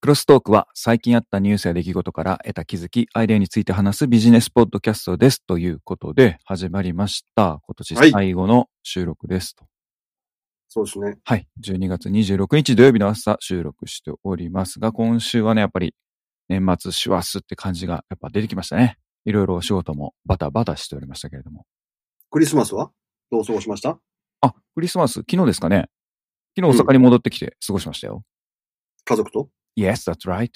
クロストークは最近あったニュースや出来事から得た気づき、アイデアについて話すビジネスポッドキャストです。ということで始まりました。今はい年最後の収録ですと。そうですね。はい。12月26日土曜日の朝収録しておりますが、今週はね、やっぱり年末師走って感じがやっぱ出てきましたね。いろいろお仕事もバタバタしておりましたけれども。クリスマスはどう過ごしましたあ、クリスマス、昨日ですかね。昨日大阪に戻ってきて過ごしましたよ。家族と Yes, that's right.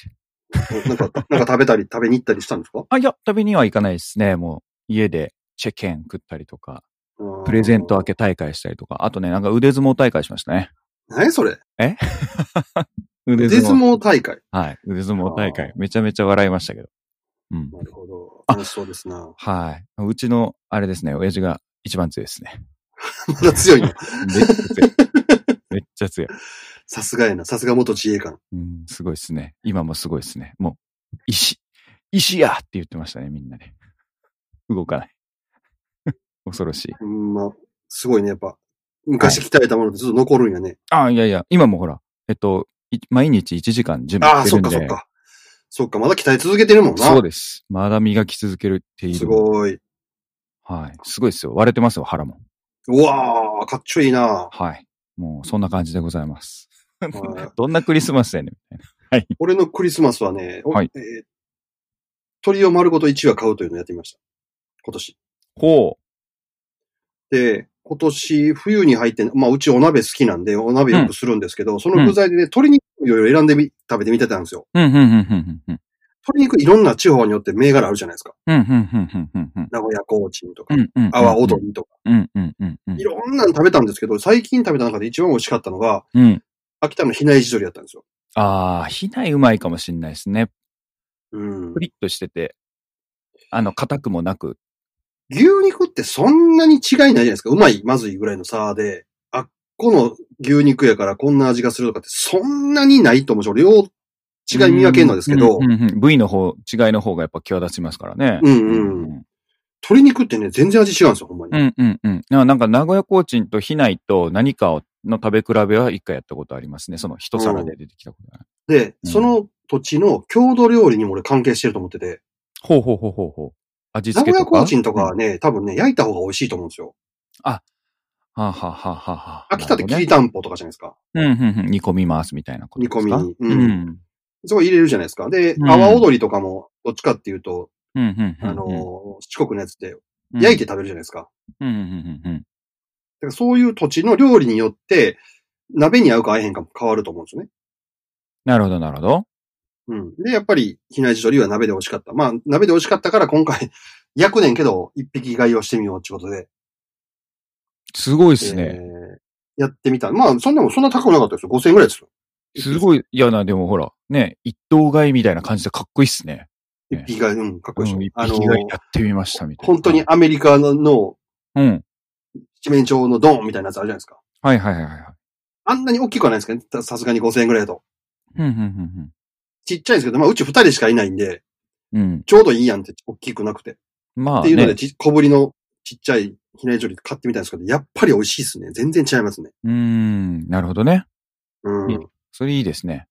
なんか、 なんか食べたり、食べに行ったりしたんですかあ、いや、食べには行かないですね。もう家でチェケン食ったりとか、プレゼント開け。け大会したりとか、あとね、なんか腕相撲大会しましたね。何それ腕腕相撲大会。はい。腕相撲大会あ。ーめちゃめちゃ笑いましたけど。うん。なるほど。あ楽しそうですな。はい。うちの、あれですね、親父が一番強いですね。まだ強いな。めっちゃ 強い。めっちゃ強い。さすがやな。さすが元自衛官。うん、すごいですね。今もすごいですね。もう、石、石やって言ってましたね、みんなね。動かない。 恐ろしい。うん、まあ、すごいね。やっぱ、昔鍛えたものってずっと残るんやね。あ、いやいや、今もほら、えっと、い毎日1時間準備ああ、してそるっんで。かそっか。そっか、まだ鍛え続けてるもんな。そうです。まだ磨き続けるっていう。すごい。はい。すごいですよ。割れてますよ、腹も。うわー、かっちょい いな。はい。もう、そんな感じでございます。はいどんなクリスマスやねん、みたい俺のクリスマスはね、おはいえー鳥を丸ごと1羽買うというのをやってみました。今年。な。ほで、今年冬に入って、まあうちお鍋好きなんで、お鍋よくするんですけど、その具材でね、鶏肉をいろいろ選んでみ、食べてみてたんですよ。う。うん、うん、うん、うん、うん、鶏肉いろんな地方によって銘柄あるじゃないですか。うん、うん、うん、うん、うん、うん、名古屋コーチンとかう、ん、うん。阿波踊りとか、うん、うん、うん、うんい。ろんなの食べたんですけど、最近食べた中で一番美味しかったのが、うん。秋田の比内地鶏だったんですよ。ああ、ひないうまいかもしんないですね。うんプ。リッとしてて、あの、硬くもなく。牛肉ってそんなに違いないじゃないですか。うまい、まずいぐらいの差で、あっこの牛肉やからこんな味がするとかってそんなにないと思うんですよ。両違い見分けるのですけど、うんうんうん、部位の方、違いの方がやっぱ際立ちますからね。うんうん鶏肉ってね、全然味違うんですよ、ほんまうに。んうんうん。ななんか、名古屋コーチンと比内と何かをの食べ比べは一回やったことありますね。その一皿で出てきたことがある。で、うんその土地の郷土料理にも俺関係してると思ってて、ほうほうほうほうほう。味名付け古とか。屋コーチンとかはね、多分ね、焼いた方が美味しいと思うんですよ。うんはあ、はあはあはあはあ、秋田ってきりた。たんぽとかじゃないですか。うんうんうん。煮込みますみたいなことですか。煮込みう。うんんうんそこ入れるじゃないですか。で、うん阿波踊りとかも、どっちかっていうと、うんうんうん。あのー、四国のやつって、うん、焼いて食べるじゃないですか。だうんうんうんうん。からそういう土地の料理によって、鍋に合うか合えへんかも変わると思うんですよね。なるほど、なるほど。うん。で、やっぱり、比内地鶏は鍋で美味しかった。まあ、鍋で美味しかったから今回、 焼くねんけど、一匹買いをしてみようってことで。すごいですね。えーやってみた。まあ、そんなもんそんな高くなかったですよ。5000円ぐらいですよ。すごい、いやな、でもほら、ね、一頭買いみたいな感じでかっこいいっすね。一匹が、うん、かっこいいでしょ。うん一あの匹買いやってみましたみたいな。本当に。アメリカののうん。七面鳥のドーンみたいなやつあるじゃないですか。はいはいはいはいはい。あんなに大きくはないですけどね、たさすがに5000円ぐらいだと。うんうんちっちゃいんですけど、まあ、うち2人しかいないんで、うんうん。うん。ちょうどいいやんって、大きくなくて。まあ、っていうので、ね、ち小ぶりのちっちゃいひねり鳥買ってみたんですけど、やっぱり美味しいですね。全然違いますね。うーん、なるほどね。うん。いいそれいいですね。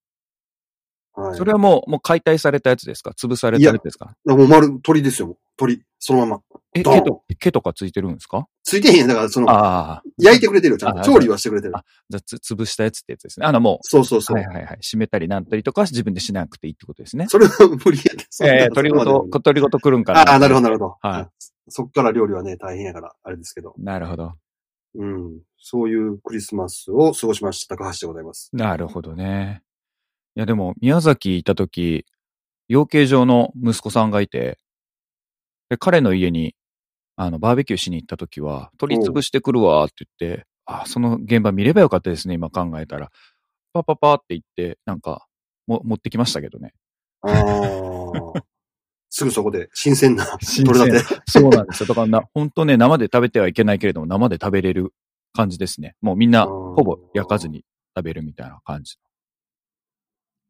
はい。それはもう、もう解体されたやつですか潰されたやつですかもう丸、鳥ですよ、もう鳥。そのまま。え、ドン毛と、毛とかついてるんですかついてへんやんだから、その、ああ。焼いてくれてるよ、ちゃんと。あ調理はしてくれてるあ。じゃあつ、潰したやつってやつですね。あの、もそうそうそうう、は。いはいはい。締めたりなんたりとかは自分でしなくていいってことですね。 それは無理やで。そんなええ鳥ごと、。鳥ごと来るんそかんなな。ああ、なるほど、なるほど。はいそっから料理はね、大変やから、あれですけど。なるほど。うん。そういうクリスマスを過ごしました、高橋でございます。なるほどね。いや、でも、宮崎行った時、養鶏場の息子さんがいて、で、彼の家に、あの、バーベキューしに行った時は、取り潰してくるわーって言って、あ、その現場見ればよかったですね、今考えたら。パパパって言って、なんか、も、持ってきましたけどね。あ あ。すぐそこで、新鮮な、取れたて。そうなんですよ。だからな、本当ね、生で食べてはいけないけれども、生で食べれる感じですね。もうみんな、うんほぼ焼かずに食べるみたいな感じ。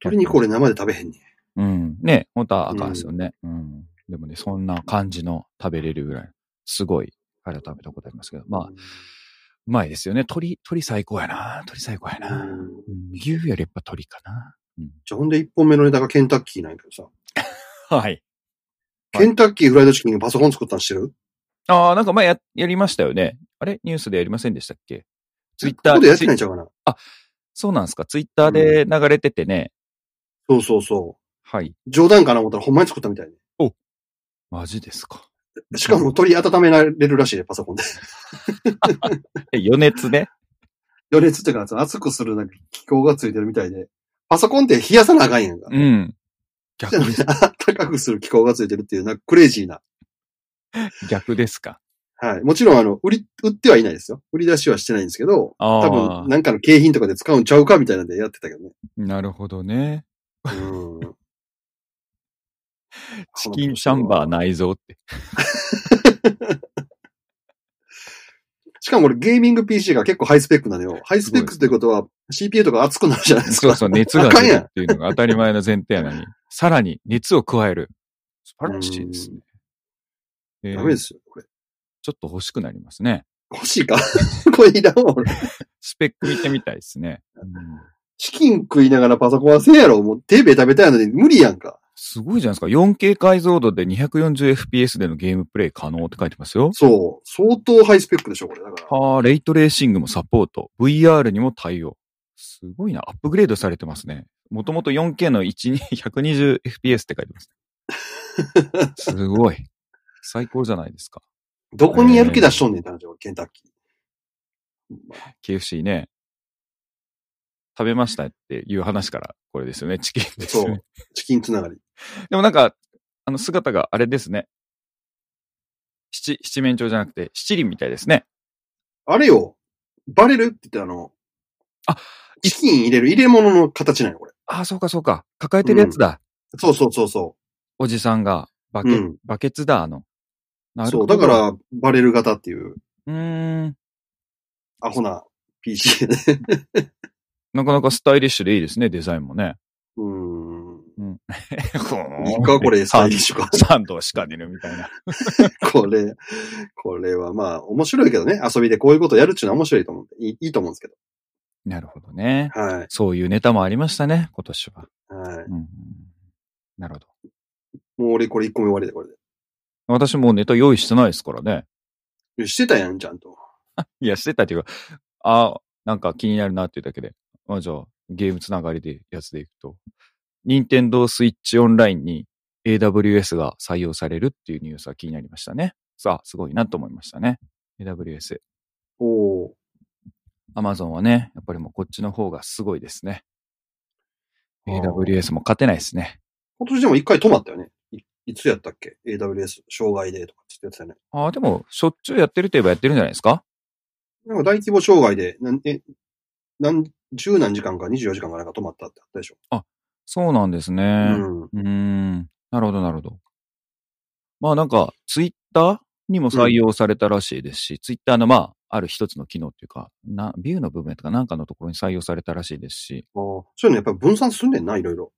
鶏肉俺生で食べへんねん。うん。ね、本当はあかんですよね。うん。でもね、そんな感じの食べれるぐらい、すごい、あれは食べたことありますけど、まあ、うまいですよね。鳥、鳥最高やな。鳥最高やうな。んうん牛よりやっぱ鳥かな。うんじゃあほんで1本目のネタがケンタッキーなんやけどさ。はい。はいケンタッキーフライドチキンがパソコン作ったの知ってるああ、なんか前ややりましたよね。あれニュースでやりませんでしたっけツイッターここでやってないんちゃうかな。そうなんですかツイッターで流れててね。そうそうそはい。う。冗談かな思ったらほんまに作ったみたいね。マジですか。しかも取り温められるらしいね、パソコンで。え、余熱 ね。余熱っていうか、その熱くするなんか気候がついてるみたいで。パソコンって冷やさなあかんやんか。うん。逆じゃなでくすて、暖かくする気候がついてるっていう、なんかクレイジーな。逆ですか。はい。もちろん、あの、売り、売ってはいないですよ。売り出しはしてないんですけど、あ多あ分、、なんかの景品とかで使うんちゃうかみたいなんでやってたけどね。なるほどね。うん。 チキンチャンバー内臓って。しかも俺、ゲーミング PC が結構ハイスペックなのよ。ハイスペックってことは、CPU とか熱くなるじゃないですか。そうそう、熱があかん出やるんっていうのが当たり前の前提なのに、さらに熱を加える。素晴らしいですね。えーダメですよ、これ。ちょっと欲しくなりますね。欲しいか これいらんわ、俺。スペック見てみたいですね。うんチキン食いながらパソコンはせえやろ。もう、手ベタベタやのに無理やんか。すごいじゃないですか。4K 解像度で 240fps でのゲームプレイ可能って書いてますよ。そう。相当ハイスペックでしょ、これ。だから。はあ、レイトレーシングもサポート。VR にも対応。すごいな。アップグレードされてますね。もともと 4K の1 120fps って書いてます、ね。 すごい。最高じゃないですか。どこにやる気出しとんねんって話よ、ケンタッキー。 KFC ね。食べましたっていう話から、これですよね。チキンですそようね。。チキンつながり。 でもなんか、あの姿があれですね。七、七面鳥じゃなくて、七輪みたいですね。あれよ、バレルって言ってあの、あ、チキン入れる入れ物の形なんよ、これ。ああ、そうかそうか。抱えてるやつだ。そうそうそうそおじさんが。バケ、う。うん。バケツだ、あの。なそう。だか。ら、バレル型っていう、うーん。アホな PC ね。 なかなかスタイリッシュでいいですね、デザインもね。うーん。いいいか、これ、スタイリッシシュか。ュ。サンドしか出るみたいな。これ、これはまあ、面白いけどね。遊びでこういうことやるっていうのは面白いと思うんで、いいいいと思うんですけど。なるほどね。はい。そういうネタもありましたね、今年は。はい。うんうん、なるほど。もう俺、これ1個目終わりで、これで私もうネタ用意してないですからね。。いやしてたやん、ちゃんと。いや、してたっていうか、あなんか気になるなっていうだけで。まあ、じゃあ、ゲームつながりでやつでいくと、任天堂スイッチオンラインに AWS が採用されるっていうニュースは気になりましたね。さあ、すごいなと思いましたね。AWS。おー。 Amazon はね、やっぱりもうこっちの方がすごいですね。あー AWS も勝てないですね。今年でも一回止まったよね。いいつやったっけ ?AWS 障害でとかちょっとやってたよね。ああ、でも、しょっちゅうやってるといえばやってるんじゃないですかなんか大規模障害で、なんえ、何、十何時間か24時間かなんか止まったってあったでしょ。そうなんですね。うん。うーん。なるほど、なるほど。まあなんか、ツイッターにも採用されたらしいですし、ツイッターのまあ、ある一つの機能っていうか、な、ビューの部分とかなんかのところに採用されたらしいですし、もうそういうのやっぱり分散すんねんな、いろいろ。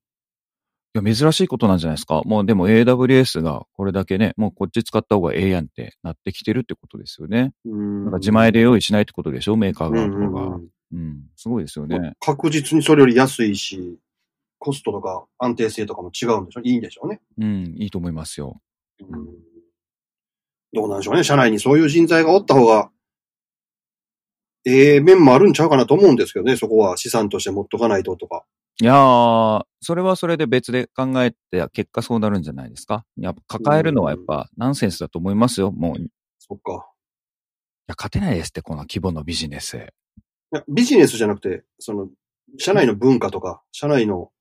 いや、珍しいことなんじゃないですか。もうでも AWS がこれだけね、もうこっち使った方がええやんってなってきてるってことですよね。うん。なんか自前で用意しないってことでしょ、メーカーうん側うとかんが。ううんん、すごいですよね。確実にそれより安いし、コストとか安定性とかも違うんでしょいいんでしょうね。うん、いいと思いますよ。うん。どうなんでしょうね。社内にそういう人材がおった方が、ええ面もあるんちゃうかなと思うんですけどね。そこは資産として持っとかないととか。いやー、それはそれで別で考えて、結果そうなるんじゃないですか。やっぱ抱えるのはやっぱナンセンスだと思いますよ。もう、いそっか。や、勝てないですって、この規模のビジネス。、いやビジネスじゃなくて、その、社内の文化とか、社内の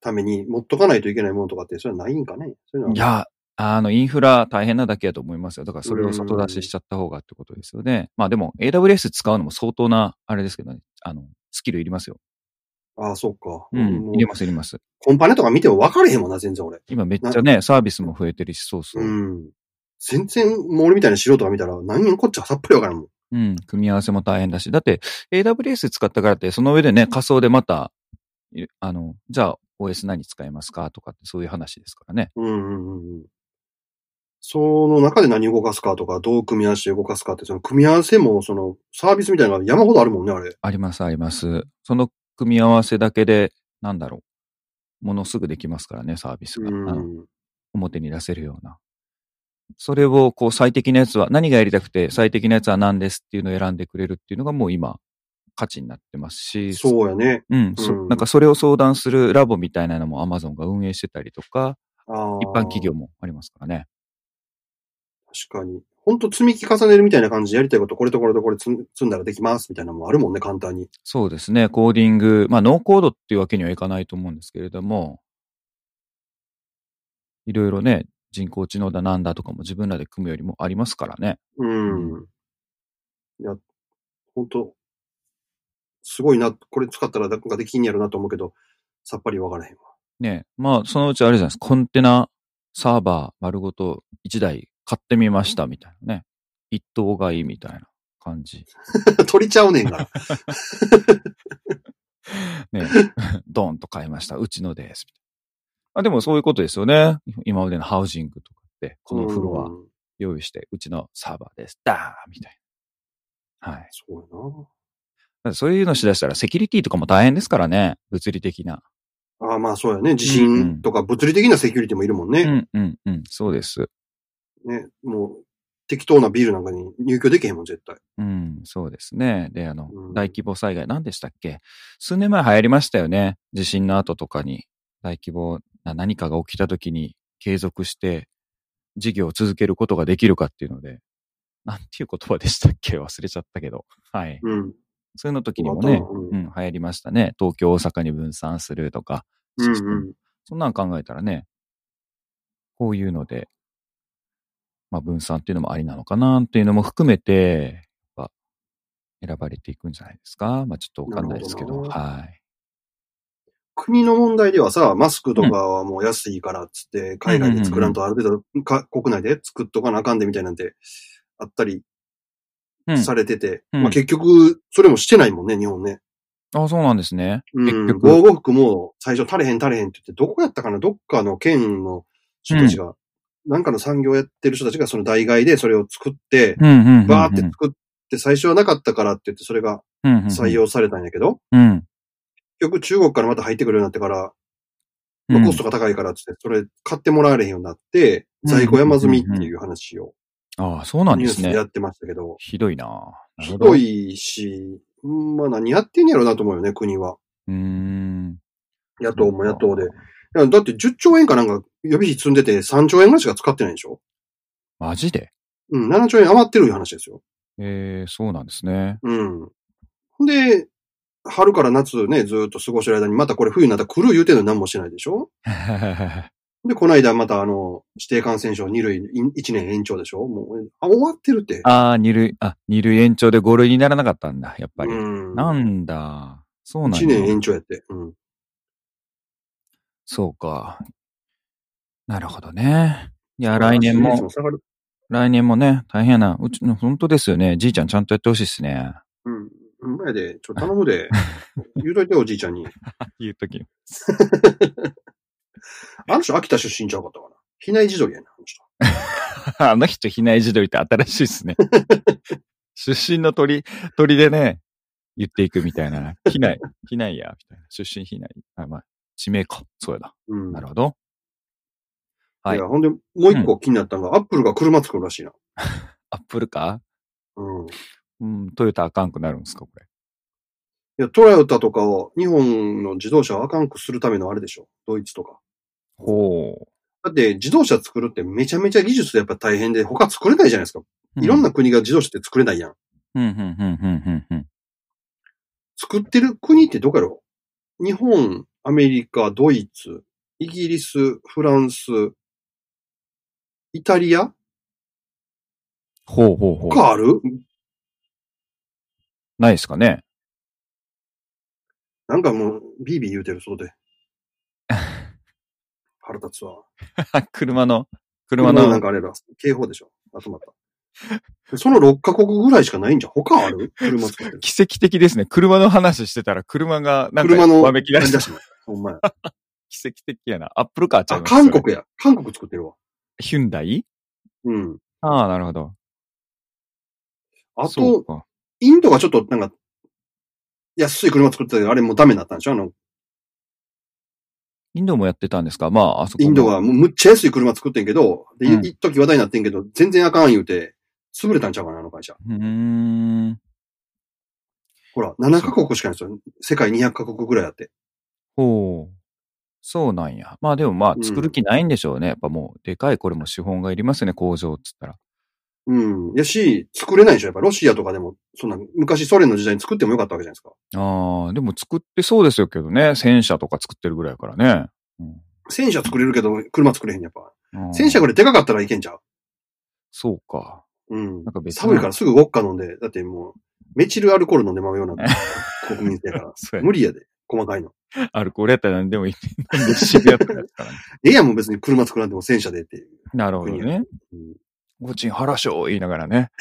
ために持っとかないといけないものとかって、それはないんかねそういうのはいや、あの、インフラ大変なだけだと思いますよ。だからそれを外出ししちゃった方がってことですよね。まあでも、AWS 使うのも相当な、あれですけどね、あの、スキルいりますよ。ああ、そっか。うんも、いります、いります。コンパネとか見ても分かれへんもんな、全然俺。今めっちゃね、サービスも増えてるし、そうそうう。ん。全然、もう俺みたいな素人が見たら、何人こっちゃさっぱり分からんもん。うん、組み合わせも大変だし。だって、AWS 使ったからって、その上でね、仮想でまた、いあの、じゃあ OS 何使いますかとかって、そういう話ですからね。うんうんうんうん。その中で何動かすかとか、どう組み合わせて動かすかって、その組み合わせも、その、サービスみたいなのが山ほどあるもんね、あれ。あります、あります。その組み合わせだけで、なんだろう。ものすぐできますからね、サービスが。あうのん。表に出せるような。それを、こう、最適なやつは、何がやりたくて、最適なやつは何ですっていうのを選んでくれるっていうのがもう今、価値になってますし、そうやね。うん、そうんなんかそれを相談するラボみたいなのも Amazon が運営してたりとか、あ一ー般企業。もありますからね。確かに。ほんと積み木重ねるみたいな感じでやりたいこと、これとこれとこれ積ん積んだらできますみたいなのもあるもんね、簡単に。そうですね、コーディング、まあ、ノーコードっていうわけにはいかないと思うんですけれども、いろいろね、人工知能だなんだとかも自分らで組むよりもありますからね。うん。いや、ほんと、すごいな、これ使ったらなんかできんやろなと思うけど、さっぱりわからへんわ。ねまあ、そのうちあれじゃないですか、コンテナサーバー丸ごと1台買ってみましたみたいなね。一等買いみたいな感じ。取りちゃうねんから。ね、 ドンと買いました。うちのです。あでもそういうことですよね。今までのハウジングとかって、このフロアうん用意して、うちのサーバーです。ダーンみたいな。はい。そうただそういうのしだしたらセキュリティとかも大変ですからね。物理的な。やな。ああ、まあそうやね。地う震んとか物理的なセキュリティもいるもんうね。んうんうん。そうです。ね、もう、適当なビールなんかに入居できへんもん、絶対。うん、そうですね。で、あのうん、大規模災害、何でしたっけ数年前流行りましたよね。地震の後とかに、大規模な何かが起きた時に継続して事業を続けることができるかっていうので、なんていう言葉でしたっけ忘れちゃったけど。はい。うん。そういうの時にまもたね、う。うんん、流行りましたね。東京、大阪に分散するとか。うんシステムうん。そんなん考えたらね、こういうので、まあ分散っていうのもありなのかなっていうのも含めて、やっぱ選ばれていくんじゃないですか。まあちょっとわかんないですけど、なるほどなはい。国の問題ではさ、マスクとかはもう安いからっつって、海外で作らんとある程度か、国内で作っとかなあかんでみたいなんて、あったりうんされてて、うんまあ結局、それもしてないもんね、日本ね。あ、そうなんですね。うん、結局防護服も最初足れへん足れへんって言って、どこやったかなどっかの県の人たちが、なんかの産業やってる人たちがその代替でそれを作って、うんうんうんうん。バーって作って、最初はなかったからって言って、それがうんうんうん採。用されたんやけど、うん。結局中国からまた入ってくるようになってから、うまあんコストが高いからっつって、それ買ってもらえれへんようになって、うん在庫山積みっていう話をああ、そうなんニでューすスでねや。ってましたけど、ひどいな。なるひほどど。いし、うんまあ何やってんやろうなと思うよね、国は。うーん。野党も野党で。い。やだって10兆円かなんか予備費積んでて3兆円ぐらいしか使ってないんでしょマジでうん、7兆円余ってるいう話ですよ。えー、そうなんですね。うん。ほんで、春から夏ね、ずーっと過ごしてる間にまたこれ冬になったら来る言うてんのに何もしてないでしょで、この間またあの、指定感染症2類1年延長でしょもう、あ、終わってるって。ああ、二類、あ、二類延長で五類にならなかったんだ、やっぱり。うんなんだ。そうなんだ。 1年延長やって。うん。そうか。なるほどね。いや、来年支持率も、下がる。来年もね、大変やな。うちの、本当ですよね。じいちゃんちゃんとやってほしいですね。うん。ほんまやで、ちょっと頼む で。言うといておじいちゃんに。言うとき。あの人、秋田出身ちゃうかったかな。比内地鶏やな、あの人。 あの人、比内地鶏って新しいです ね。出身の鳥、鳥でね、言っていくみたいな。比内、比内や、みたいな。出身比内。あ、まあ、地名か。そうやな。うん。なるほど。はいいや、ほんで、もう一個気になったのが、アップルが車作るらしいな。アップルかうん。いうん、トヨタあかんくなるんですか、これ。や、トラヨタとかを、日本の自動車をあかんくするためのあれでしょ。ドイツとか。ほだって、自動車作るってめちゃめちゃ技術でやっぱ大変で、他作れないじゃないですか。う。いろんな国が自動車って作れないやん。うん、うん、うん、うん、うん、うん。作ってる国ってどこやろ日本、アメリカ、ドイツ、イギリス、フランス、イタリアほうほうほう。他あるないですかね。なんかもう、ビービー言うてるそ うで。腹立つわ。 車の、車なんの、かあれだ。警報でしょ。集まった。その6カ国ぐらいしかないんじゃん。他ある車作ってる。奇跡的ですね。車の話してたら車がなんか車の、わめき出した。しまったほんま や。奇跡的やな。アップルカーちゃいあ、ますそれ韓国や。韓国作ってるわ。ヒュンダイうん。ああ、なるほど。あそとう、かインドがちょっとなんか、安い車作ってたけど、あれもうダメになったんでしょあの、インドもやってたんですかまあ、あそこの。インドはむっちゃ安い車作ってんけど、で、うん一時話題になってんけど、全然あかん言うて、潰れたんちゃうかな、あの会社。うーん。ほら、7カ国しかないんですよ。世界200カ国ぐらいあって。ほう。そうなんや。まあでもまうあ、ん作る気ないんでしょうね。やっぱもう、でかい、これも資本がいりますね、工場っつったら。うん。やし、作れないでしょ。やっぱロシアとかでも、そんな、昔ソ連の時代に作ってもよかったわけじゃないですか。ああ、でも作ってそうですよけどね。戦車とか作ってるぐらいやからね。戦車作れるけど、車作れへんやっぱ。うん戦車ぐらいでかかったらいけんちゃう。そうか。うんなんか。別に寒いからすぐウォッカ飲んで、だってもう、メチルアルコール飲んでまうよう な国民性やかそうら。や無理やで、細かいの。アルコールやったら何でもいい。なんで渋谷とかやったら ね。ええやんもう別に車作らんでも戦車でっていう。なるほどね。うんごちん腹しょー言いながらね。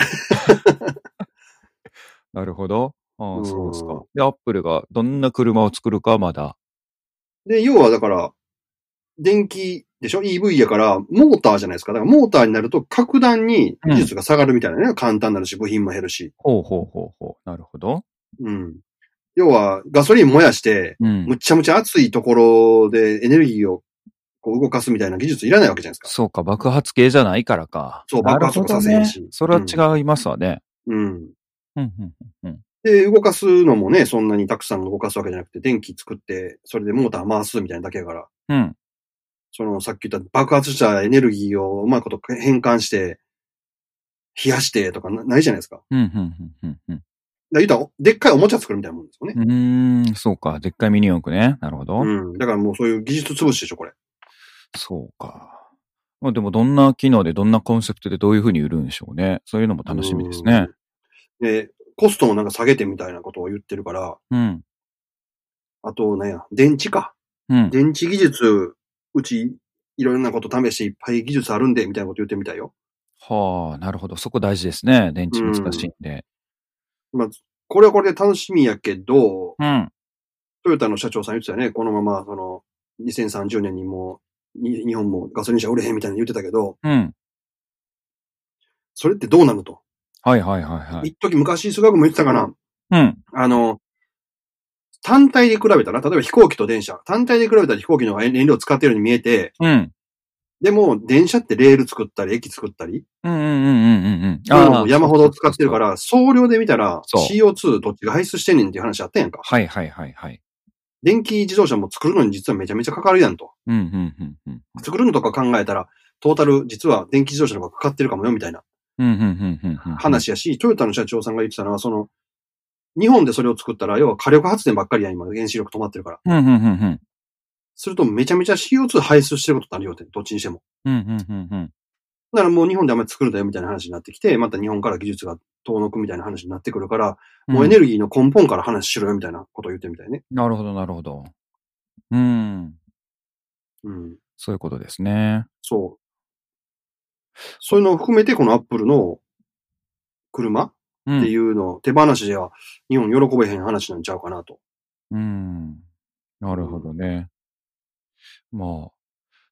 なるほど。あうあ、んそうですか。で、アップルがどんな車を作るかまだ。で、要はだから、電気でしょ ?EV やから、モーターじゃないですか。だからモーターになると、格段に技術が下がるみたいなね。簡単になるし、部品も減るし。ほうほうほうほう。なるほど。うん。要は、ガソリン燃やして、うんむ。ちゃむちゃ熱いところでエネルギーをこう動かすみたいな技術いらないわけじゃないですか。そうか、爆発系じゃないからか。そうなる爆発もさせへんしほどねそれは違いますわね。うん。うん、うん、うん。で、動かすのもね、そんなにたくさん動かすわけじゃなくて、電気作って、それでモーター回すみたいなだけやから、うん。そのさっき言った爆発したエネルギーをうまいこと変換して、冷やしてとかなないじゃないですか。だかうん、うん、うん、うん。ら言うたら、でっかいおもちゃ作るみたいなもんですよね。うん。うーん、そうか。でっかいミニ四駆ね。なるほど。うん。だからもうそういう技術潰しでしょ、これ。そうか。まあでも、どんな機能で、どんなコンセプトでどういうふうに売るんでしょうね。そういうのも楽しみですね。うん。で、コストもなんか下げてみたいなことを言ってるから、うん。あと、なんや、電池か。うん。電池技術、うち、いろんなこと試していっぱい技術あるんで、みたいなこと言ってみたいよ。はあ、なるほど。そこ大事ですね。電池難しいんで。まあ、これはこれで楽しみやけど、うん。トヨタの社長さん言ってたよね、このまま、その、2030年にもう、に日本もガソリン車売れへんみたいなの言ってたけど、うん。それってどうなのと。はいはいはいはい。一時昔、菅君も言ってたかな、うん。あの、単体で比べたら、例えば飛行機と電車、単体で比べたら飛行機の方が燃料使ってるように見えて、うん。でも、電車ってレール作ったり、駅作ったり、うんうんうんうんうんうん。そういうのも山ほど使ってるかそうそうそうら、総量で見たらそう CO2 どっちが排出してんねんっていう話あったやんか。そう。はいはいはいはい。電気自動車も作るのに実はめちゃめちゃかかるやんと。うんうんうんうん。作るのとか考えたら、トータル実は電気自動車の方がかかってるかもよみたいなうんうんうんうんうん。。話やし、トヨタの社長さんが言ってたのは、その、日本でそれを作ったら、要は火力発電ばっかりやん、今、原子力止まってるから。うんうんうんうん。するとめちゃめちゃ CO2 排出してることになるよって、どっちにしても。うんうんうんうん。だからもう日本であんまり作るんだよみたいな話になってきて、また日本から技術が遠のくみたいな話になってくるから、もうエネルギーの根本から話しろよみたいなことを言ってみたいね。なるほどなるほど。うん。うん。そういうことですね。そう。そういうのを含めて、このアップルの車っうてん。いうのを手放しでは日本喜べへん話なんちゃうかなと。うん。なるほどね。まあ、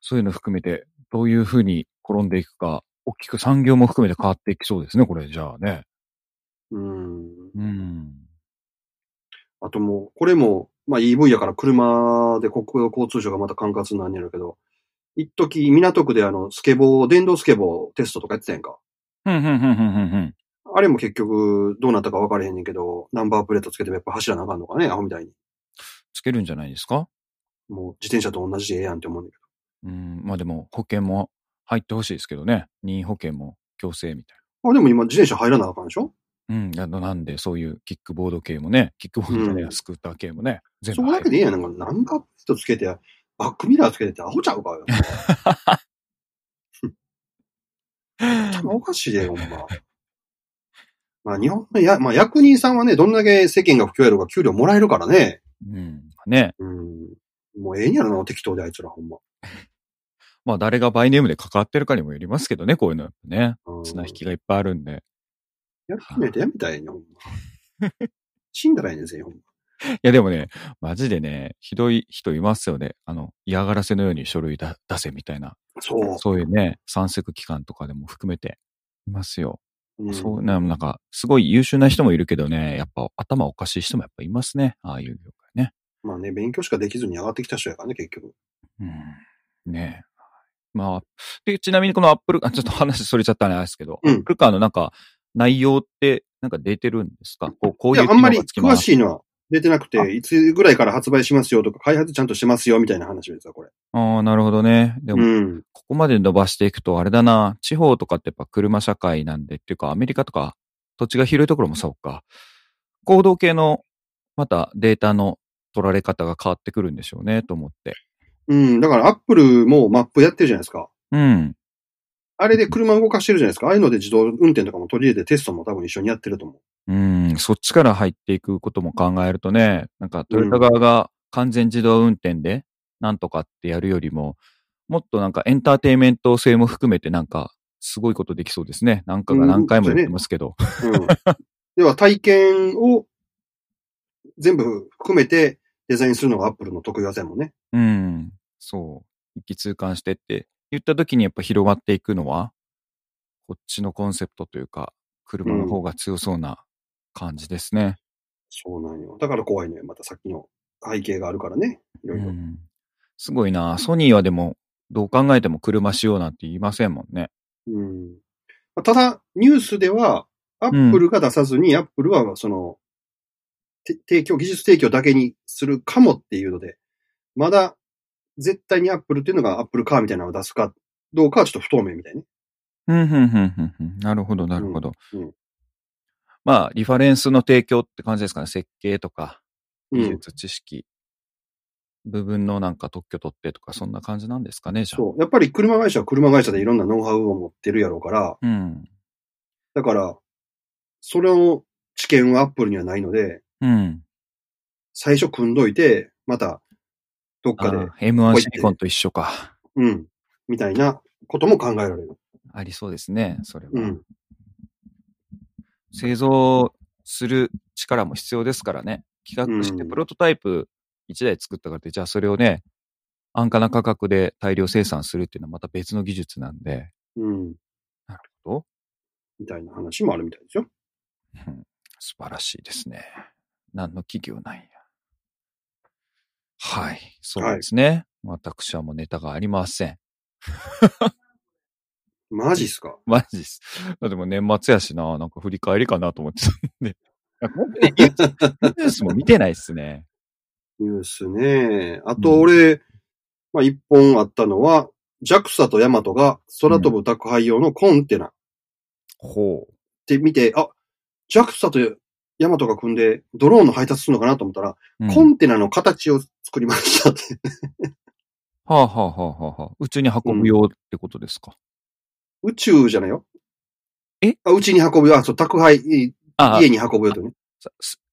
そういうの含めて、どういうふうに転んでいくか、大きく産業も含めて変わっていきそうですね、これじゃあね。うん。うん。あともう、これも、まあ EV やから車で国土交通省がまた管轄なんやろうけど、一時港区であの、スケボー、電動スケボーテストとかやってたやんか。うん、うん、うん、うん、うんうん。あれも結局どうなったか分からへんねんけど、ナンバープレートつけてもやっぱ走らなあかんのかね、アホみたいに。つけるんじゃないですかもう自転車と同じでええやんって思うんだけど。うん。まあでも、保険も入ってほしいですけどね。任意保険も強制みたいあ、でも今自転車入らなあかんでしょな。うん。ななんで、そういうキックボード系もね、キックボードじゃないやうんスクーター系もね、全そ部こだ入ける。でいいやん。なんかナンバープレートつけて、バックミラーつけてってアホちゃう かよ。 頭おかしいで、ほんま。まあ日本のや、まあ役人さんはね、どんだけ世間が不況やろうが給料もらえるからね。うん。ね。うん。もうええんやろな、適当であいつらほんま。まあ、誰がバイネームで関わってるかにもよりますけどね、こういうのはね。うん綱引きがいっぱいあるんで。やる気ないとやめたらええねん、ほんま。 死んだらええねん、全員ほんま。いやでもね、マジでね、ひどい人いますよね。あの、嫌がらせのように書類だ出せみたいな、そう。そういうね、散策機関とかでも含めていますよ。うんそうな、なんか、すごい優秀な人もいるけどね、やっぱ頭おかしい人もやっぱいますね。ああいう業界ね。まあね、勉強しかできずに上がってきた人やからね、結局。うん。ねえ。まあ、で、ちなみにこのアップル、あちょっと話それちゃったんですけど、うんアップルカーのなんか、内容って、なんか出てるんですかこう、こういいうや、機あん能まがりつきま詳す。しいのは出てなくあて、いつぐらいから発売しますよとか、開発ちゃんとしてますよみたいな話ですよ、これ。ああ、なるほどね。でうも、ん。ここまで伸ばしていくと、あれだな、地方とかってやっぱ車社会なんで、っていうか、アメリカとか、土地が広いところもそうか。行動系の、またデータの取られ方が変わってくるんでしょうね、と思って。うん。だから、アップルもマップやってるじゃないですか。うん。あれで車動かしてるじゃないですか。ああいうので自動運転とかも取り入れてテストも多分一緒にやってると思う。うん、そっちから入っていくことも考えるとね、なんかトヨタ側が完全自動運転でなんとかってやるよりも、もっとなんかエンターテインメント性も含めてなんかすごいことできそうですね。なんかが何回も言ってますけど。うん。では、体験を全部含めてデザインするのがアップルの得意技やもんね。うん、そう。一気通貫してって言った時にやっぱ広がっていくのは、こっちのコンセプトというか、車の方が強そうな感じですね。そうなんよ。だから怖いのよ。またさっきの背景があるからね。いろいろ。うんすごいな。ソニーはでも、どう考えても車仕様なんて言いませんもんね。うん。まあただ、ニュースでは、アップルが出さずに、アップルはその、て提供、技術提供だけにするかもっていうので、まだ絶対にアップルっていうのがアップルカーみたいなのを出すかどうかはちょっと不透明みたいね。ふんふんふんふんふん。なるほど、なるほど。うんうんまあ、リファレンスの提供って感じですかね。設計とか、う技ん。術、知識、部分のなんか特許取ってとか、そんな感じなんですかね、じゃあ。そう。やっぱり車会社は車会社でいろんなノウハウを持ってるやろうから、うん。だから、それの知見はアップルにはないので、うん。最初組んどいて、また、どっあかで、ー M1 シリコンと一緒か。うん、みたいなことも考えられる。ありそうですね、それは。うん。製造する力も必要ですからね。企画してうんプロトタイプ1台作ったからって、じゃあそれをね、安価な価格で大量生産するっていうのはまた別の技術なんで。うん。なるほみたいな話もあるみたいですよ。ど。うん素晴らしいですね。何の企業なんや。はい。そうですね。私はもうネタがありません。マジっすかマジです。だってもう年末やしな、なんか振り返りかなと思ってたんで。 あ本当にニュースニュースも見てないっすね。ニュースね。あと俺、まあ、一本あったのは、JAXA とヤマトが空飛ぶ宅配用のコンテナっ ほう。て見て、あ、JAXA とヤマトが組んでドローンの配達するのかなと思ったら、うんコンテナの形を作りましたって。はあはあはあはあはあ。宇宙に運ぶようってことですか。宇宙じゃないよ。えあうちに運ぶよ。あ、そう、宅配、いああ家に運ぶよとね。そ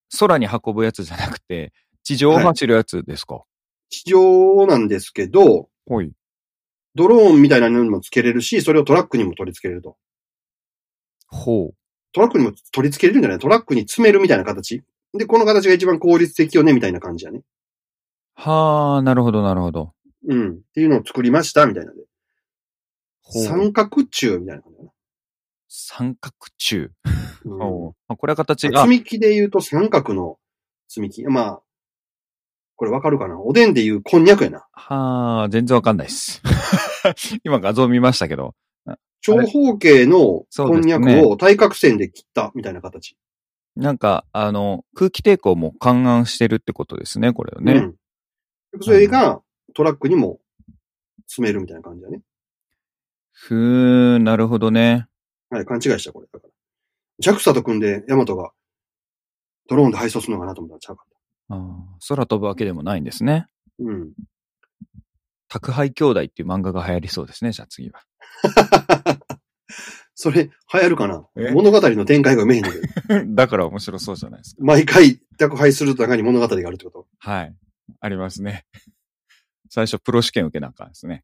そ空に運ぶやつじゃなくて、地上を走るやつですか。地上なんですけど、ほい。ドローンみたいなのにもつけれるし、それをトラックにも取り付けれると。ほう。トラックにも取り付けれるんじゃないトラックに詰めるみたいな形。で、この形が一番効率的よね、みたいな感じやね。はあ、なるほど、なるほど。うん。っていうのを作りました、みたいなね。ほう三角柱みたいな感じだ三角柱。な。ほうあこれは形が積、み木で言うと三角の積み木。まあ、これわかるかなおでんで言うこんにゃくやな。はあ、全然わかんないっす。 今画像見ましたけど。長方形のこんにゃそうですくを対角線で切ったみたいな形。なんか、あの、空気抵抗も勘案してるってことですね、これはね。うん。それがトラックにも詰めるみたいな感じだね。ふーん、なるほどね。はい、勘違いした、これ。だから。JAXA と組んで、ヤマトが、ドローンで配送するのかなと思ったらちゃうかっあー空飛ぶわけでもないんですね。た。うん。宅配兄弟っていう漫画が流行りそうですね、じゃあ次は。それ、流行るかなえ物語の展開が見えへ んねんけど。 だから面白そうじゃないですか。毎回宅配する中に物語があるってこと。はい。ありますね。最初、プロ試験受けなあかんですね。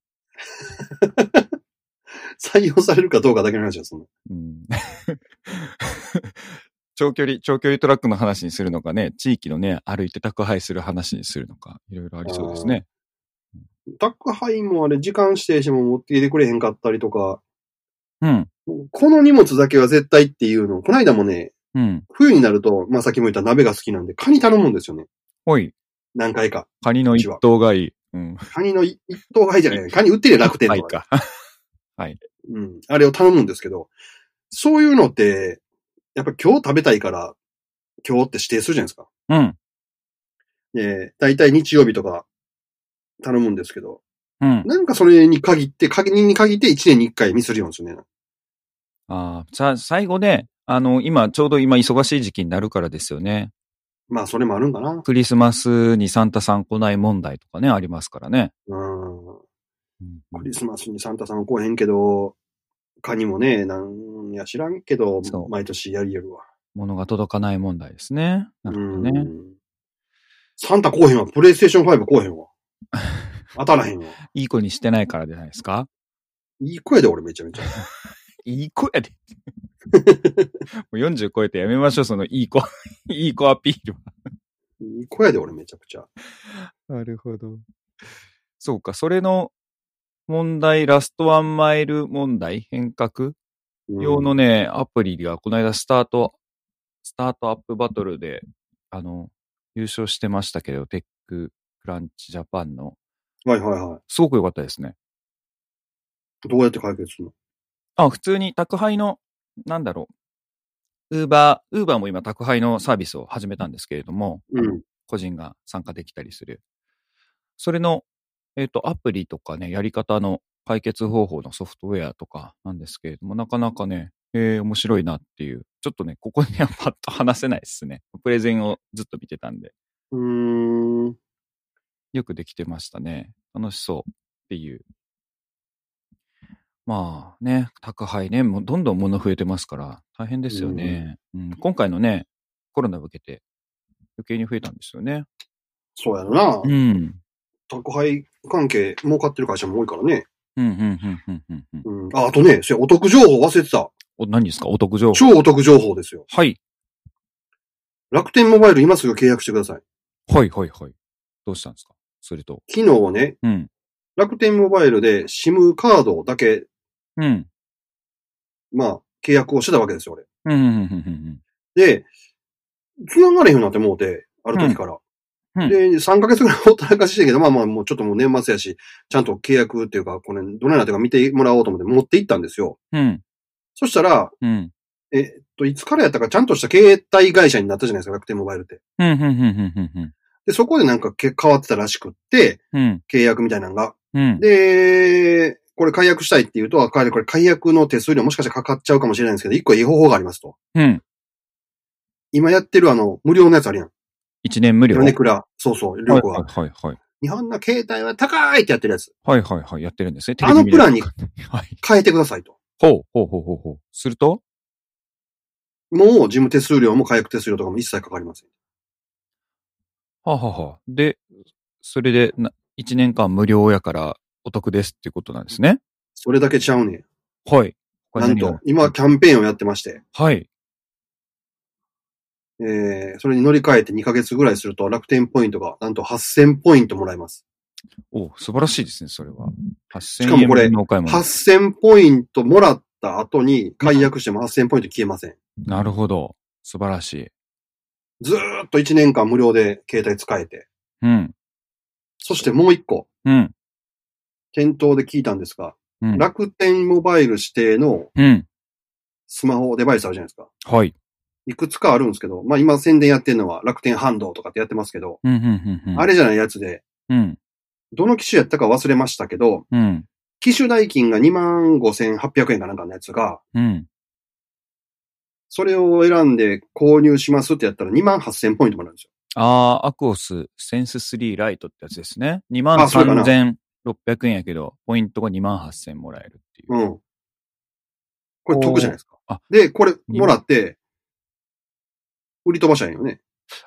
採用されるかどうかだけの話よ、そんな。うん、長距離、長距離トラックの話にするのかね、地域のね、歩いて宅配する話にするのか、いろいろありそうですね。宅配もあれ、時間指定しても持ってきてくれへんかったりとか、うん。この荷物だけは絶対っていうの、この間もね、うん。冬になると、まあさっきも言った鍋が好きなんで、カニ頼むんですよね。ほい。何回か。カニの一頭買い。うん。カニの一等買いじゃない。カニ売ってりゃ楽天はといか。か。うん。あれを頼むんですけど、そういうのって、やっぱ今日食べたいから、今日って指定するじゃないですか。うん。えー、大体日曜日とか頼むんですけど、うん。なんかそれに限って、カニに限って1年に1回ミスるようにするね。ああ、さ、最後ね、あの、今、ちょうど今忙しい時期になるからですよね。まあそれもあるんかな。クリスマスにサンタさん来ない問題とかね、ありますからね。うん。クリスマスにサンタさんは来へんけど、カニもね、なんや知らんけどそ、う毎年やり得るわ。物が届かない問題ですね。なるほどうね。んサンタ来へんわ。プレイステーション5来へ んわ。当たらへんわ。いい子にしてないからじゃないですか。いい声で俺めちゃめちゃ。いい子やで。 もう40超えてやめましょう、そのいい子、 いい子アピールは。いい声で俺めちゃくちゃ。なるほど。そうか、それの問題、ラストワンマイル問題、変革うん用のね、アプリがこの間スタート、スタートアップバトルで、あの、優勝してましたけど、テッククランチジャパンの、はいはいはすごく良かったですね。い。どうやって解決するのあ、普通に宅配の、なんだろう、ウーバー、ウーバーも今宅配のサービスを始めたんですけれども、うん。個人が参加できたりする。それの、えっ、と、アプリとかね、やり方の解決方法のソフトウェアとかなんですけれども、なかなかね、えー面白いなっていう。ちょっとね、ここにはパッと話せないですね。プレゼンをずっと見てたんで、うーん。よくできてましたね。楽しそうっていう。まあね、宅配ね、もうどんどん物増えてますから、大変ですよね。うん、今回のね、コロナを受けて、余計に増えたんですよね。そうやろな。うん。宅配関係儲かってる会社も多いからね。うん、うん、うん、うん、うんうん。うん。あ、あとね、それお得情報忘れてた。お、何ですかお得情報。超お得情報ですよ。はい。楽天モバイル今すぐ契約してください。はい、はい、はい。どうしたんですかそれと。昨日はね、うん。楽天モバイルで SIM カードだけ、うん。まあ、契約をしてたわけですよ、俺。うん、うん、うん、で、繋がれへんようになってもうて、ある時かうんら。うんで、3ヶ月ぐらいほったらかしてんけど、まあまあ、もうちょっともう年末やし、ちゃんと契約っていうか、これ、どないなってるか見てもらおうと思って持って行ったんですよ。うん。うん。そしたら、うん。えっと、いつからやったかちゃんとした携帯会社になったじゃないですか、楽天モバイルって。うん、うん、うん、うん、で、そこでなんかけ変わってたらしくって、うん。契約みたいなのが。うん。で、これ解約したいって言うと、あこれこれ解約の手数料もしかしたらかかっちゃうかもしれないんですけど、一個いい方法がありますと。うん。今やってるあの、無料のやつあるやん。一年無料。ヨはネい、クラ。そうそう、旅行は、。ははいい、はい。日本の携帯は高いってやってるやつ。はい、はい、はい。やってるんですね。あのプランにテレビ見れるとかね。はい。変えてくださいと。ほう、ほう、ほう、ほう、ほう。するともう事務手数料も解約手数料とかも一切かかりません。はあはあはあで、それで、な、一年間無料やからお得ですっていうことなんですね。それだけちゃうねん。はい。これなん何がと、今キャンペーンをやってまして、はい。えー、それに乗り換えて2ヶ月ぐらいすると楽天ポイントがなんと8000ポイントもらえます。お、素晴らしいですね、それは。しか8000も円これ分のお買い物。 8000ポイントもらった後に解約しても8000ポイント消えません。なるほど。素晴らしい。ずーっと1年間無料で携帯使えて。うん。そしてもう1個、うん。店頭で聞いたんですが、うん。楽天モバイル指定のうん。スマホデバイスあるじゃないですか。はい。いくつかあるんですけど、まあ今宣伝やってるのは楽天ハンドとかってやってますけど、うん、うん、うん、うん。あれじゃないやつで、うん。どの機種やったか忘れましたけど、うん。機種代金が25,800円かなんかのやつが、うん。それを選んで購入しますってやったら28,000ポイントもらうんですよ。あー、アクオスセンス3ライトってやつですね。あそうかな23,600円やけど、ポイントが28,000もらえるっていう。うん。これ得じゃないですかおーあ。で、これもらって、売り飛ばしたんよね。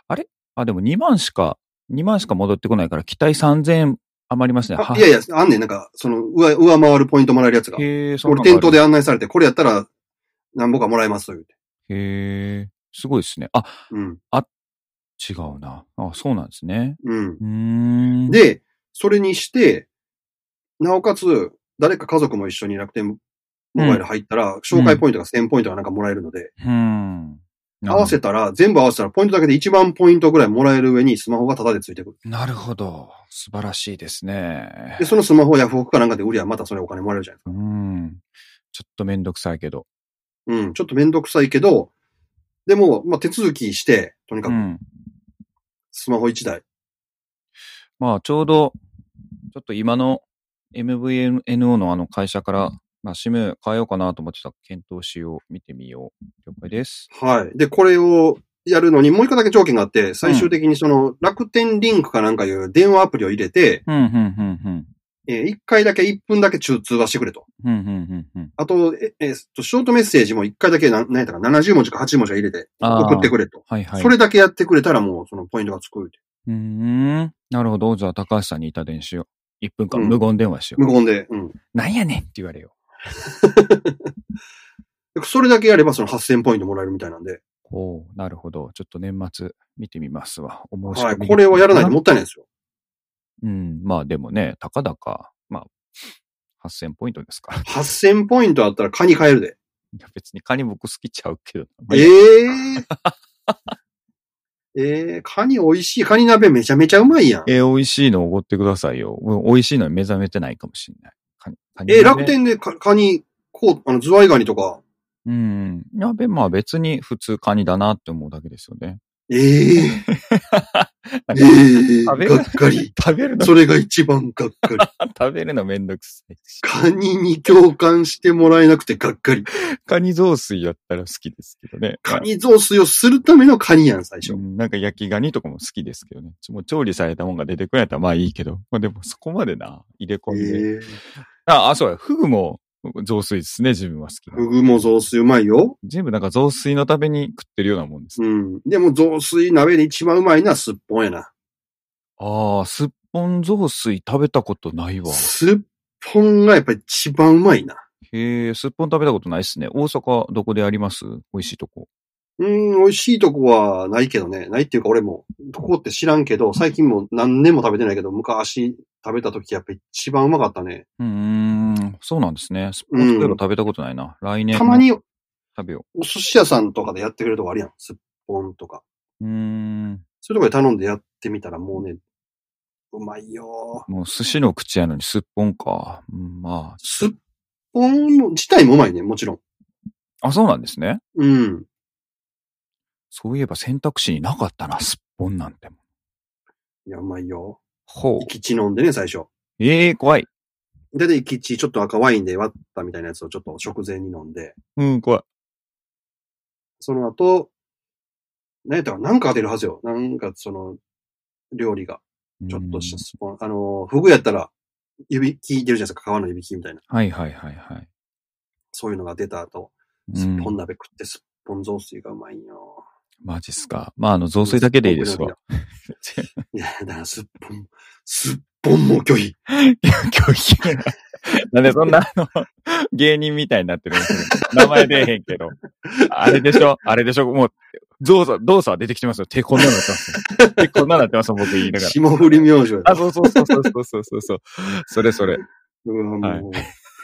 あ、でも2万しか、2万しか戻ってこないから、期待3,000円余りますね。あいやいや、あんねん、なんか、その上、上回るポイントもらえるやつが。へえ、そんな俺のがある店頭で案内されて、これやったら、なんぼかもらえますと言うて。へえ、すごいですね。あ、うん。違うな。あ、そうなんですね。うんう。ーん。、で、それにして、なおかつ、誰か家族も一緒に楽天モバイル入ったら、紹介ポイントが1000ポイントがなんかもらえるので、うん。合わせたら、全部合わせたら、ポイントだけで1万ポイントぐらいもらえる上に、スマホがタダでついてくる。なるほど。素晴らしいですねで、。そのスマホをヤフオクかなんかで売りゃ、またそれお金もらえるじゃないですう。かん。ちょっとめんどくさいけど。うん、ちょっとめんどくさいけど、でも、まあ、手続きして、とにかうく、ん。スマホ1台。まあ、ちょうど、ちょっと今の MVNO のあの会社から、まあ、SIM 変えようかなと思ってた検討しよう。見てみよう。了解です。はい。で、これをやるのに、もう一個だけ条件があって、最終的にその、楽天リンクかなんかいう電話アプリを入れて、うん、うん、うん、え1回だけ、1分だけ中通話してくれと。うん。うん、うん、うん、うん。あと、え、えーと、ショートメッセージも1回だけな、何やったかな、70文字か80文字か入れて、あー送ってくれと。はい、はい。それだけやってくれたらもう、そのポイントがつく。うーん。なるほど。じゃあ、高橋さんにいた電しよう。1分間うん無言電話しよう。無言で。うん。なんやねんって言われよでそれだけやれば、その8000ポイントもらえるみたいなんで。う。おおなるほど。ちょっと年末見てみますわ。お申しは込い。み。これをやらないともったいないですよ。うん。まあでもね、たかだか、まあ、8000ポイントですから。い 8000ポイントあったらカニ買えるで。や別にカニ僕好きちゃうけど。ええー。 えー、カニ美味しい。カニ鍋めちゃめちゃうまいやん。えー、美味しいのおごってくださいよ。うん美味しいのに目覚めてないかもしれない。カニカニえー、鍋楽天でカカニ、こう、あの、ズワイガニとか。うん。やべ、まあ別に普通カニだなって思うだけですよね。ええ なんー、えかえ食べー、るがっかり。食べるの、それが一番がっかり。食べるのめんどくさいし。カニに共感してもらえなくてがっかり。カニ雑炊やったら好きですけどね。カニ雑炊をするためのカニやん、最初う。んなんか焼きガニとかも好きですけどね。ちょもう調理されたもんが出てくるんやったらまあいいけど。 まあでもそこまでな、入れ込んで。ええー。あ、あ、そうや。フグも雑炊ですね、自分は好きなフグも雑炊うまいよ。全部なんか雑炊のために食ってるようなもんです。うん。でも雑炊鍋で一番うまいのはすっぽんやな。ああ、すっぽん雑炊食べたことないわ。すっぽんがやっぱり一番うまいな。へえ、すっぽん食べたことないっすね。大阪どこであります美味しいとこ。うん、美味しいとこはないけどね。ないっていうか俺も、どこって知らんけど、最近も何年も食べてないけど、昔食べた時やっぱ一番うまかったね。うーん、そうなんですね。すっぽんそういえば食べたことないな。来年たまにお食べよ寿司屋さんとかでやってくれるとこあるやん。すっぽんとか。う。うーん、そういうとこで頼んでやってみたらもうね、うまいよ。もう寿司の口やのにすっぽんか。うん、ますっぽんも自体もうまいね、もちろん。あ。あ、そうなんですね。うん。そういえば選択肢になかったな、すっぽんなんて。いや、うまいよ。ほう生。き血飲んでね、最初。ええ怖い。で、で、キッチちょっと赤ワインで割ったみたいなやつをちょっと食前に飲んで、うん、怖い。その後、何やったかななんか当てるはずよ。なんかその、料理が、ちょっとしたスポン、あの、フグやったら、指切いてるじゃないですか、皮の指切りみたいな。うん。はいはいはいはい。そういうのが出た後、うんすっぽん鍋食ってすっぽん雑炊がうまいよ。マジっすか。まあ、あの、雑炊だけでいいですわ。いや、だからすっぽん、すっぽんも拒否。 拒否。なんでそんな、あの、芸人みたいになってるんですけど名前出えへんけど。あれでしょあれでしょもう、動作、動作は出てきてますよ。手こんなになってますよ。手こんなになってますよ、僕言いながら。 霜降り明星や。あ、そうそうそうそうそうそうそうそう。それそれ。うわ、はいもう、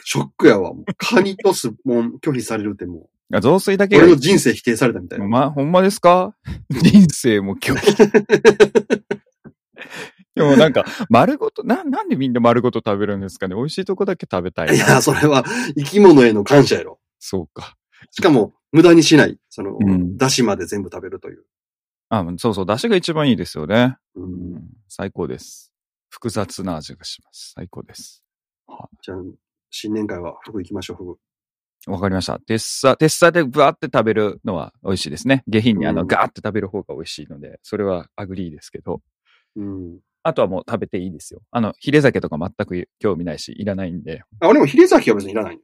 ショックやわ。もうカニとすっぽん拒否されるってもあ雑炊だう、けが俺の人生否定されたみたいな。ま、ほんまです か人生も拒否。でもなんか、丸ごと、な、なんでみんな丸ごと食べるんですかね美味しいとこだけ食べたいいな。や、それは生き物への感謝やろ。そうか。しかも、無駄にしない。そのうん、出汁まで全部食べるという。あ、そうそう、出汁が一番いいですよね。うん最高です。複雑な味がします。最高です。じゃあ、新年会はフグ行きましょう、フグ。わかりました。テッサ、テッサでバーって食べるのは美味しいですね。下品にあうの、んガーって食べる方が美味しいので、それはアグリーですけど、うん。あとはもう食べていいですよ。あの、ヒレ酒とか全く興味ないし、いらないんで。あ、俺もヒレ酒は別にいらない。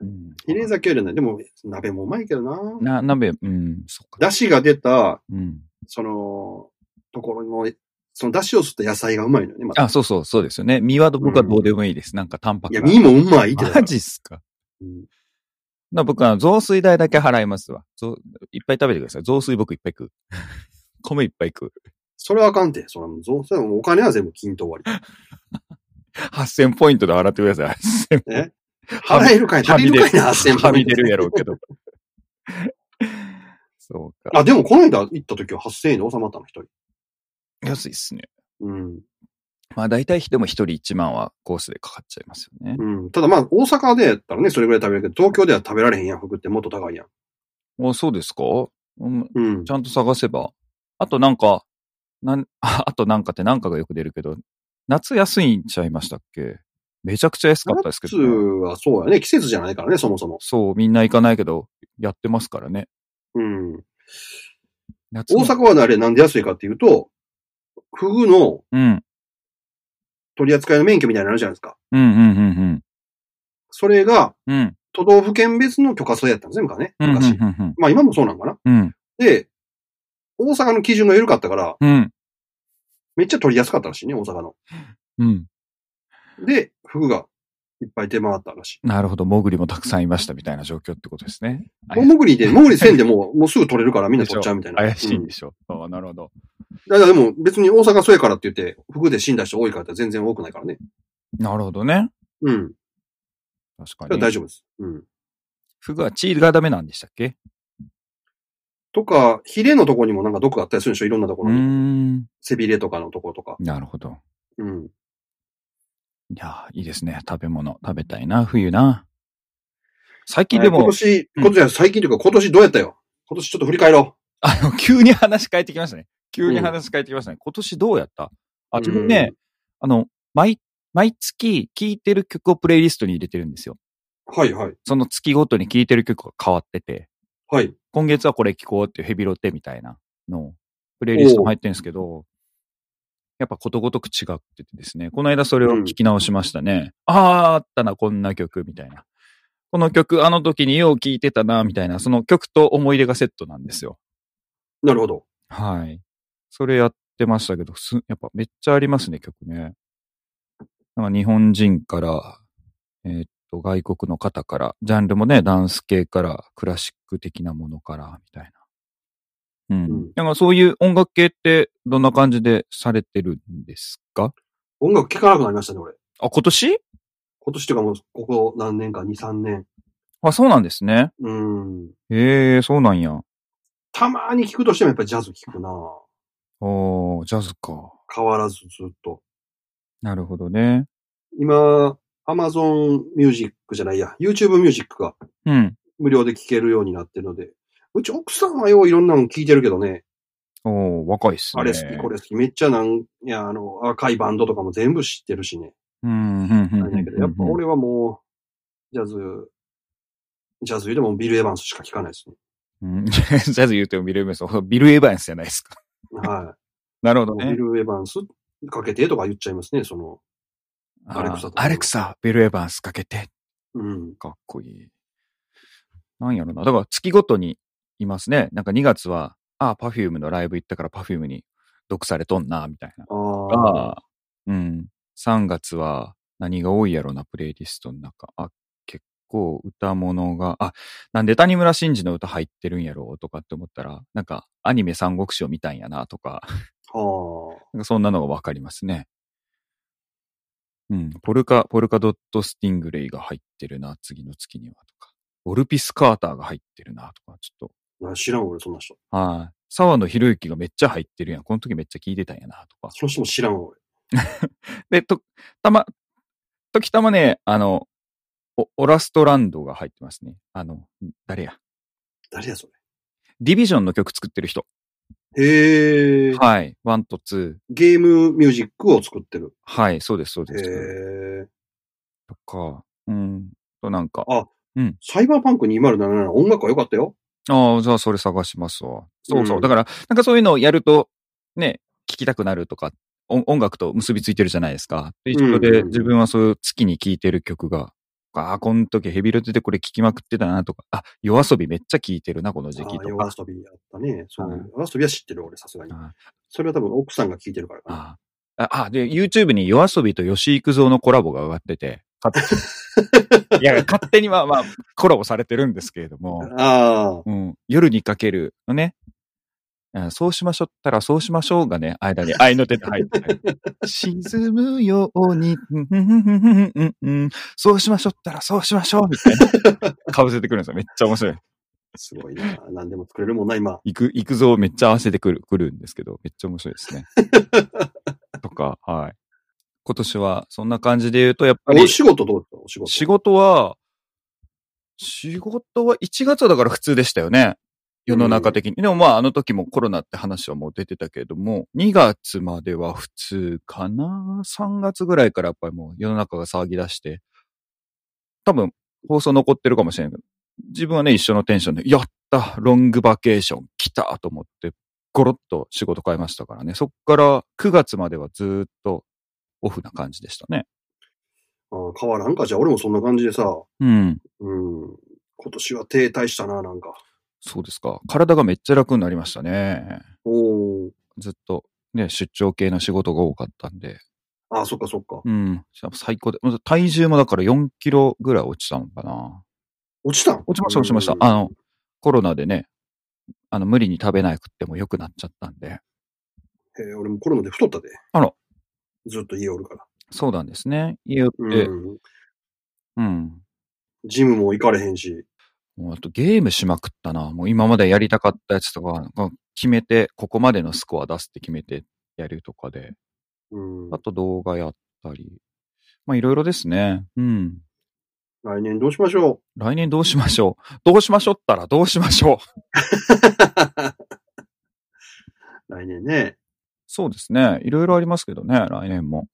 うん、ヒレ酒はいらない。でも、鍋もうまいけどな。な、鍋、うん、そっか。出汁が出た、うん。その、ところの、その出汁を吸った野菜がうまいのよね、また。あ、そうそう、そうですよね。身は僕はどうでもいいです。なんかタンパクいや、が身もうまいってだマから。ジっすか。うんな僕は雑炊代だけ払いますわ。ぞいっぱい食べてください。雑炊僕いっぱい食う。 米いっぱい食う。それはあかんて。その、ぞそれはもうお金は全部均等割り。 8000ポイントで払ってください。8000え 払えるかいなは足みり出るかいる。な、8000はみ出るやろうけど。 そうか。あ、でもこの間行った時は8000円で収まったの、一人。安いっすね。うん。まあ大体でも一人一万はコースでかかっちゃいますよね。うん。ただまあ、大阪でやったらね、それぐらい食べれるけど、東京では食べられへんやん、服ってもっと高いやん。あそうですか、うん、うんち。ゃんと探せば。あとなんか、なん、あ あとなんかってなんかがよく出るけど、夏安いんちゃいましたっけめちゃくちゃ安かったですけ夏どね、はそうやね。季節じゃないからね、そもそも。そう、みんな行かないけど、やってますからね。うん。夏大も阪はあれなんで安いかっていうと、フグのうん。取り扱いの免許みたいなのあるじゃないですか。うんうんうんそれが、うん。うん。都道府県別の許可制やったんですね、昔ね。うんうん昔。うんまあ今もそうなんかな。うん。うん。で、大阪の基準が緩かったから、うん。めっちゃ取りやすかったらしいね、大阪の。うん。で、フグがいっぱい出回ったらしい。なるほど。モグリもたくさんいましたみたいな状況ってことですね。あもうもぐりで、もぐりせんでもう、 もうすぐ取れるからみんな取っちゃうみたいな。怪しいうんんでしょ。ああなるほど。だからでも別に大阪そうやからって言って、服で死んだ人多いからって全然多くないからね。なるほどね。うん。確だかからに。大丈夫です。うん。フグはチーがダメなんでしたっけとか、ヒレのとこにもなんか毒があったりするんでしょいろんなとこうーろに。ん。背びれとかのところとか。なるほど。うん。いやー、いいですね。食べ物。食べたいな、冬な。最近で今も、年、うん今年は最近というか今年どうやったよ今年ちょっと振り返ろあの、 急に話変えてきましたね。急に話変えてきましたね。今年どうやったあ、自分ね、あの、毎、毎月聴いてる曲をプレイリストに入れてるんですよ。う。はいはい。その月ごとに聴いてる曲が変わってて、はい。今月はこれ聴こうっていうヘビロテみたいなのをプレイリストも入ってるんですけど、やっぱことごとく違っててですね、この間それを聞き直しましたね。ああ、あったな、こんな曲みたいな。この曲、あの時によう聴いてたな、みたいな、その曲と思い出がセットなんですよ。なるほど。はい。それやってましたけど、すやっぱめっちゃありますね、曲ね。なんか日本人から、えーっと、外国の方から、ジャンルもね、ダンス系から、クラシック的なものから、みたいな。うん。うんなんかそういう音楽系って、どんな感じでされてるんですか音楽聴かなくなりましたね、俺。あ、今年今年とかもうここ何年か、2、3年。あ、そうなんですね。うん。へえそうなんや。たまに聞くとしてもやっぱりジャズ聞くなおー、ジャズか。変わらずずっと。なるほどね。今、Amazon Music じゃないや、YouTube Music がうん。無料で聴けるようになってるので、うち奥さんはよういろんなの聴いてるけどね、おー、若いっすね。あれ好き、これ好き、めっちゃなん、いや、あの、赤いバンドとかも全部知ってるしね。うん。うん、うん、なうんん。やけど、やっぱ俺はもう、ジャズ、ジャズでもビル・エヴァンスしか聴かないですね。うん ジャズジャズ言うてもビル・エヴァンス、ビル・エヴァンスじゃないです か。はなるほい。もどうねビ。ル・エヴァンスかけてとか言っちゃいますね、その、あーアレクサとアレクサ、ビル・エヴァンスかけて。うん。かっこいい。なんやろな。だから月ごとにいますね。なんか2月は、ああ、パフュームのライブ行ったからパフュームに毒されとんな、みたいな。ああ、あうん。3月は何が多いやろな、プレイリストの中。あ、結構歌物が、あ、なんで谷村新司の歌入ってるんやろうとかって思ったら、なんかアニメ三国志を見たんやな、とか。ああ、なんかそんなのがわかりますね。うん。ポルカ、ポルカドットスティングレイが入ってるな、次の月にはとか。オルピス・カーターが入ってるな、とか、ちょっな知らん俺、そんな人。と。はい。沢野博之がめっちゃ入ってるやん。この時めっちゃ聞いてたんやな、とか。その人も知らん俺。で、と、たま、時たまね、あの、おオラストランドが入ってますね。あの、誰や。誰やそディビジョンの曲作ってる人。れ。へえ。はい。ワンとツー。ゲームミュージックを作ってる。はい、そうです、そうへです。え。とか、うん。と、なんか、サイバーパンク2077音楽は良かったよ。ああ、じゃあそれ探しますわ。そうそう。うんだから、なんかそういうのをやると、ね、聞きたくなるとか、音音楽と結びついてるじゃないですか。で一緒うんうんうでん自分はそういう月に聴いてる曲が、ああ、この時ヘビロテでこれ聴きまくってたなとか、あ、夜遊びめっちゃ聴いてるな、この時期あーと夜か。遊びやったね。そうはい夜遊びは知ってる俺、さすがに。あそれは多分奥さんが聞いてるからかな。あああ、で、YouTube に夜遊びと吉幾三のコラボが上がってて、勝手 いや、勝手にまあまあ、コラボされてるんですけれども。ああ。うん、夜にかけるのね、うんそうしましょったらそうしましょうがね、間に愛の手で入ってる。沈むように、うんうんうんうんうんうんそうしましょったらそうしましょうみたいな。かぶせてくるんですよ。めっちゃ面白い。すご いな。何でも作れるもんな、今。行く、行くぞめっちゃ合わせてくる、くるんですけど、めっちゃ面白いですね。とか、はい。今年は、そんな感じで言うと、やっぱりお、仕事どうですかお仕事。仕事は、仕事は1月はだから普通でしたよね。世の中的に。でもまあ、あの時もコロナって話はもう出てたけれども、2月までは普通かな ?3 月ぐらいからやっぱりもう世の中が騒ぎ出して、多分放送残ってるかもしれないけど、自分はね、一緒のテンションで、やったロングバケーション来たと思って、ゴロッと仕事変えましたからね。そっから9月まではずーっとオフな感じでしたね。あ変わらんか。じゃあ俺もそんな感じでさ、うん。うん。今年は停滞したな、なんか。そうですか。体がめっちゃ楽になりましたね。おー。ずっとね、出張系の仕事が多かったんで。あ、そっかそっか。うん。最高で。まず体重もだから4キロぐらい落ちたのかな。落ちたん落ちました、落ちました。あの、、コロナでね、あの、無理に食べなくても良くなっちゃったんで。うんえー俺もコロナで太ったで。あら。ずっと家おるから。そうなんですね。家って、うん。うん。ジムも行かれへんし。もうあとゲームしまくったな。もう今までやりたかったやつとか、なんか決めて、ここまでのスコア出すって決めてやるとかで。うん。あと動画やったり。まあいろいろですね。うん。来年どうしま しょ来年どうしましょうどうしましょうったらどうしましょうう。来年ね。そうですね。いろいろありますけどね、来年も。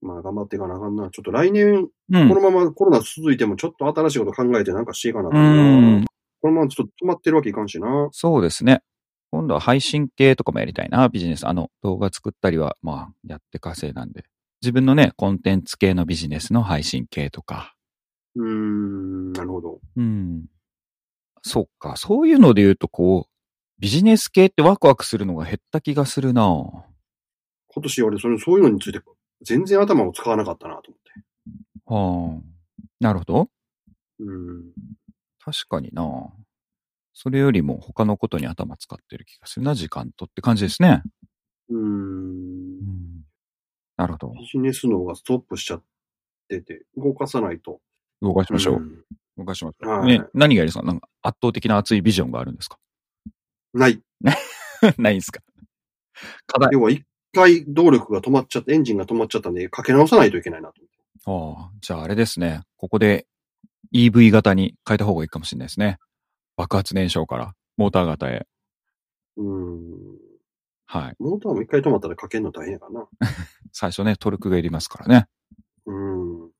まあ頑張っていかなあかんな。ちょっと来年、うこん。のままコロナ続いてもちょっと新しいこと考えてなんかしていかなあうかんんな。このままちょっと止まってるわけいかんしな。そうですね。今度は配信系とかもやりたいな、ビジネス。あの、動画作ったりは、まあ、やって稼いなんで。自分のね、コンテンツ系のビジネスの配信系とか。うーん、なるほど。うん。そっか。そういうので言うと、こう、ビジネス系ってワクワクするのが減った気がするな今年俺それ、そういうのについて全然頭を使わなかったなと思っはて。あ。なるほど。うん。確かになそれよりも他のことに頭使ってる気がするな、時間とって感じですね。うーん。なるほどビ。ジネス脳がストップしちゃってて、動かさないと。動かしましょう。ん動かしましょう。はいね、何がいいですかなんか圧倒的な熱いビジョンがあるんですか ない。ないんですか課題。要は一回動力が止まっちゃって、エンジンが止まっちゃったんで、かけ直さないといけないなと思って。ああ、じゃああれですね。ここで EV 型に変えた方がいいかもしれないですね。爆発燃焼からモーター型へ。うーん。はい。モーターも一回止まったらかけるの大変やからな。最初ね、トルクがいりますからね。うーん。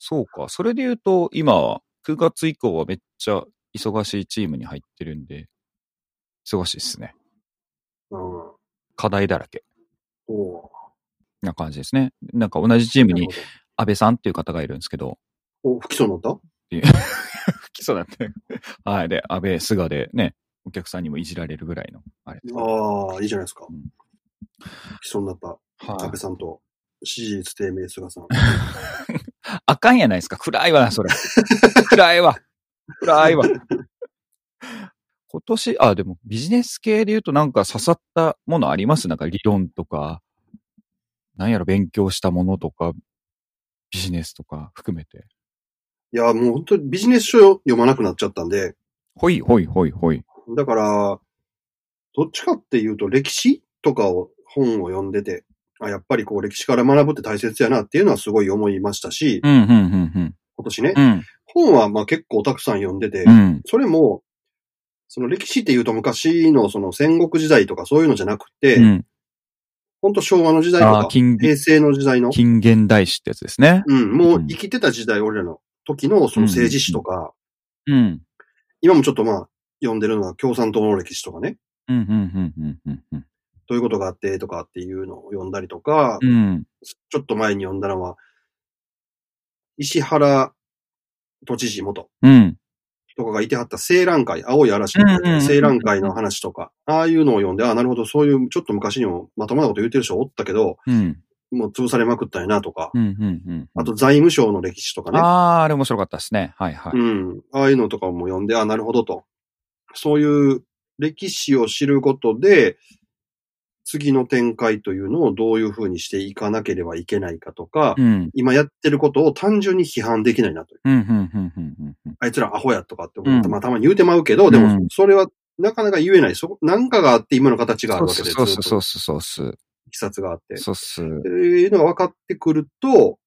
そうか。それで言うと、今は、9月以降はめっちゃ忙しいチームに入ってるんで、忙しいっすね。ああ。課題だらけおうな感じですね。なんか同じチームなるにほど安倍さんっていう方がいるんですけど、お、不起訴になった基礎だって。はい。で、安倍、菅でね、お客さんにもいじられるぐらいの、あれ。ああ、いいじゃないですかうん。不起訴になった。安は倍さんと、支持率低迷菅さん。い、あかんやないですか。暗いわな、それ。暗いわ。暗いわ。今年、あ、でもビジネス系で言うとなんか刺さったものありますなんか理論とか、なんやろ、勉強したものとか、ビジネスとか含めて。いや、もう本当にビジネス書読まなくなっちゃったんで、ほいほいほいほい。だから、どっちかっていうと歴史とかを、本を読んでて、あ、やっぱりこう歴史から学ぶって大切やなっていうのはすごい思いましたし、うん、うん、うん、今年ねう、ん。本はまあ結構たくさん読んでてう、ん。それも、その歴史っていうと昔のその戦国時代とかそういうのじゃなくうて、ん。本当昭和の時代とああ、か、近、平成の時代の、近現代史ってやつですね。うん、もう生きてた時代、俺らの時のその政治史とか、うん。今もちょっとまあ、読んでるのは共産党の歴史とかね、うん、うん、うん、うん、うん、うん。どういうことがあってとかっていうのを読んだりとか、うん。ちょっと前に読んだのは、石原都知事元うん。とかがいてはった青蘭会、青い嵐とかうんうんうん青蘭会の話とか、ああいうのを読んで、ああ、なるほど、そういうちょっと昔にもまともなこと言ってる人おったけど、うん。もう潰されまくったんやなとか、うん。うん。あと財務省の歴史とかね、ああー、あれ面白かったですね。はいはい。うん。ああいうのとかも読んで、あ、なるほどと。そういう歴史を知ることで、次の展開というのをどういうふうにしていかなければいけないかとか、うん。今やってることを単純に批判できないなという。うん、うん、うん、うん、うん。あいつらアホやとかって思って、うんまあたまに言うてまうけど、でうもんそれはなかなか言えない。そこ、なんかがあって今の形があるわけです。。そうそうそううそうそう。いきさつがあって。そうっす。っていうのが分かってくると、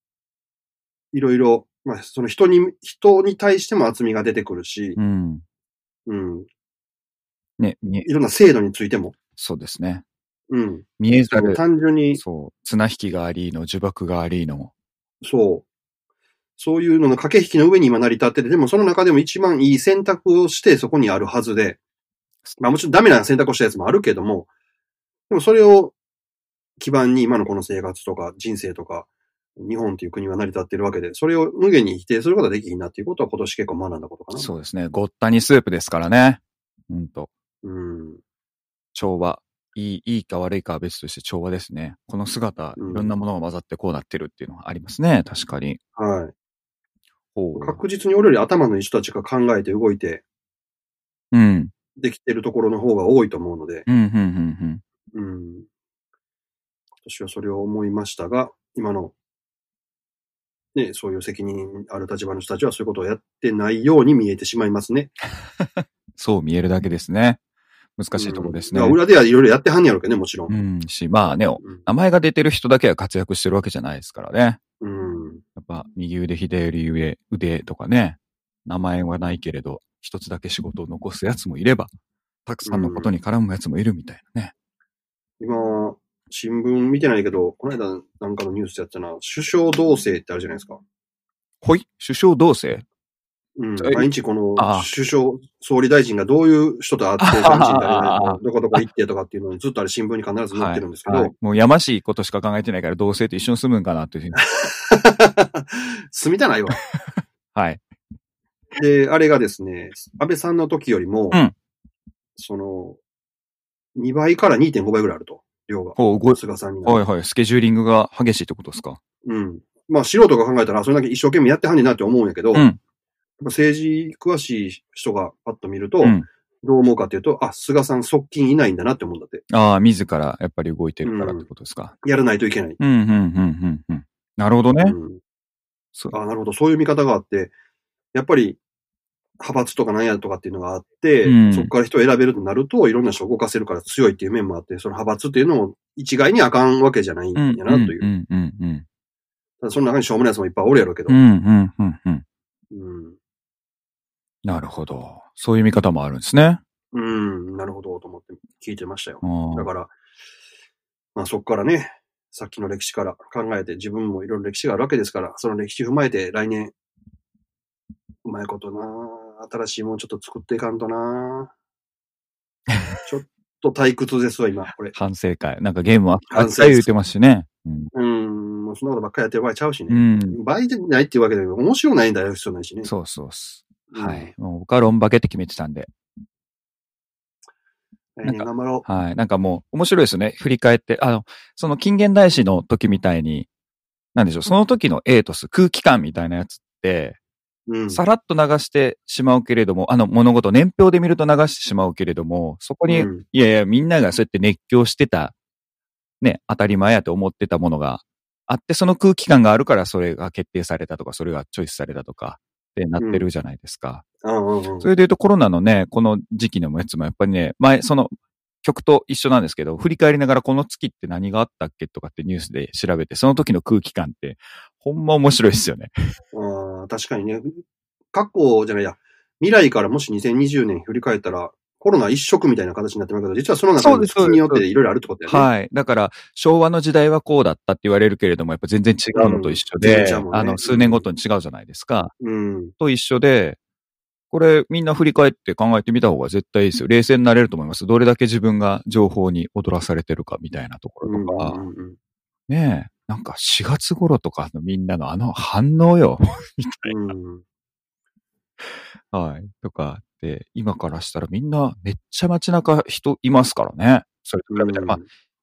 いろいろ、まあその人に、人に対しても厚みが出てくるしう、ん。うん。ね、みいろんな制度についても、そうですね。うん。見えざる、単純に、そう、綱引きがありの、呪縛がありの。そう。そういうのの駆け引きの上に今成り立ってて、でもその中でも一番いい選択をしてそこにあるはずで、まあもちろんダメな選択をしたやつもあるけども、でもそれを基盤に今のこの生活とか人生とか、日本という国は成り立ってるわけで、それを無限に否定することはできひんなっていうことは今年結構学んだことかな。そうですね。ごったにスープですからね。うんと、うん。調和。いい、いいか悪いかは別として調和ですね。この姿、うんいろんなものが混ざってこうなってるっていうのはありますね。確かに。はい。ほう。確実に俺より頭のいい人たちが考えて動いてうん。できてるところの方が多いと思うので、うん、うん、うん、うん。今年はそれを思いましたが、今の、ね、そういう責任ある立場の人たちはそういうことをやってないように見えてしまいますね。うん。そう見えるだけですね。難しいところですね。うんだから裏ではいろいろやってはんねやろうけどね、もちろん。うん、し、まあね、うん名前が出てる人だけが活躍してるわけじゃないですからね。うん。やっぱ、右腕、左腕、腕とかね、名前はないけれど、一つだけ仕事を残すやつもいれば、たくさんのことに絡むやつもいるみたいなね。今、新聞見てないけど、この間なんかのニュースやったな、首相同棲ってあるじゃないですか。ほい首相同棲うん。はい毎日このああ首相、総理大臣がどういう人と会って、ああ何人だどこどこ行ってとかっていうのをずっとあれ新聞に必ず載ってるんですけど、はいもうやましいことしか考えてないから、同棲って一緒に住むんかなって いうふうに。 住みたないわ。はい。で、あれがですね、安倍さんの時よりも、うんその、2倍から2.5倍ぐらいあると、量が。こう、ご、菅さんには。はいはい、スケジューリングが激しいってことですかうん。まあ、素人が考えたら、それだけ一生懸命やってはんねんなって思うんやけど、うんやっぱ政治詳しい人がパッと見ると、うん。どう思うかっていうと、あ、菅さん側近いないんだなって思うんだって。ああ、自らやっぱり動いてるからってことですか。やらないといけない。うん、うん、うん、うん、うん。なるほどね。うん、そうあなるほど。そういう見方があって、やっぱり、派閥とかなんやとかっていうのがあって、うんそこから人を選べるとなると、いろんな人を動かせるから強いっていう面もあって、その派閥っていうのも一概にあかんわけじゃないんうん、やなという。うたん、うん、うん。だその中にしょうもないやつもいっぱいおるやろうけどう、ん、うん、うん、うん。うん、なるほど。そういう見方もあるんですね。うん、なるほどと思って聞いてましたよ。うんだから、まあそこからね、さっきの歴史から考えて、自分もいろいろ歴史があるわけですから、その歴史踏まえて来年、うまいことなあ新しいもんちょっと作っていかん となあちょっと退屈ですわ、今、これ。反省会。なんかゲームは反省扱い言ってますしね。うん。うん、もうそんなことばっかりやってる場合ちゃうしうね。ん、倍じゃないっていうわけだけど、面白ないんだよ、必要ないしね。そうそうっす。うんはい。もう僕は論化けって決めてたんで。来年頑張ろはい。なんかもう面白いですね。振り返って。あの、その近現代史の時みたいに、なんでしょう。その時のエイトス、空気感みたいなやつって、う。うん。さらっと流してしまうけれども、あの物事年表で見ると流してしまうけれども、そこに、うんいやいや、みんながそうやって熱狂してた、ね、当たり前やと思ってたものがあって、その空気感があるからそれが決定されたとか、それがチョイスされたとか、ってなってるじゃないですか。うんうんうんそれで言うとコロナのね、この時期のやつもやっぱりね、前、その曲と一緒なんですけど、振り返りながらこの月って何があったっけとかってニュースで調べて、その時の空気感って、ほんま面白いですよね。あー確かにね、過去じゃないや、未来からもし2020年振り返ったら、コロナ一色みたいな形になってますけど、実はその中そうでですそうですによっていろいろあるってことだよね。はい。だから、昭和の時代はこうだったって言われるけれども、やっぱ全然違うのと一緒うん全で、然違うもんねあの、数年ごとに違うじゃないですか。うん。と一緒で、これみんな振り返って考えてみた方が絶対いいですよ。冷静になれると思います。どれだけ自分が情報に踊らされてるかみたいなとこうろんとか、うんうんねえ、なんか4月頃とかのみんなのあの反応 よ。うんはい。とかで、今からしたらみんなめっちゃ街中人いますからね。それと比べたら、まあ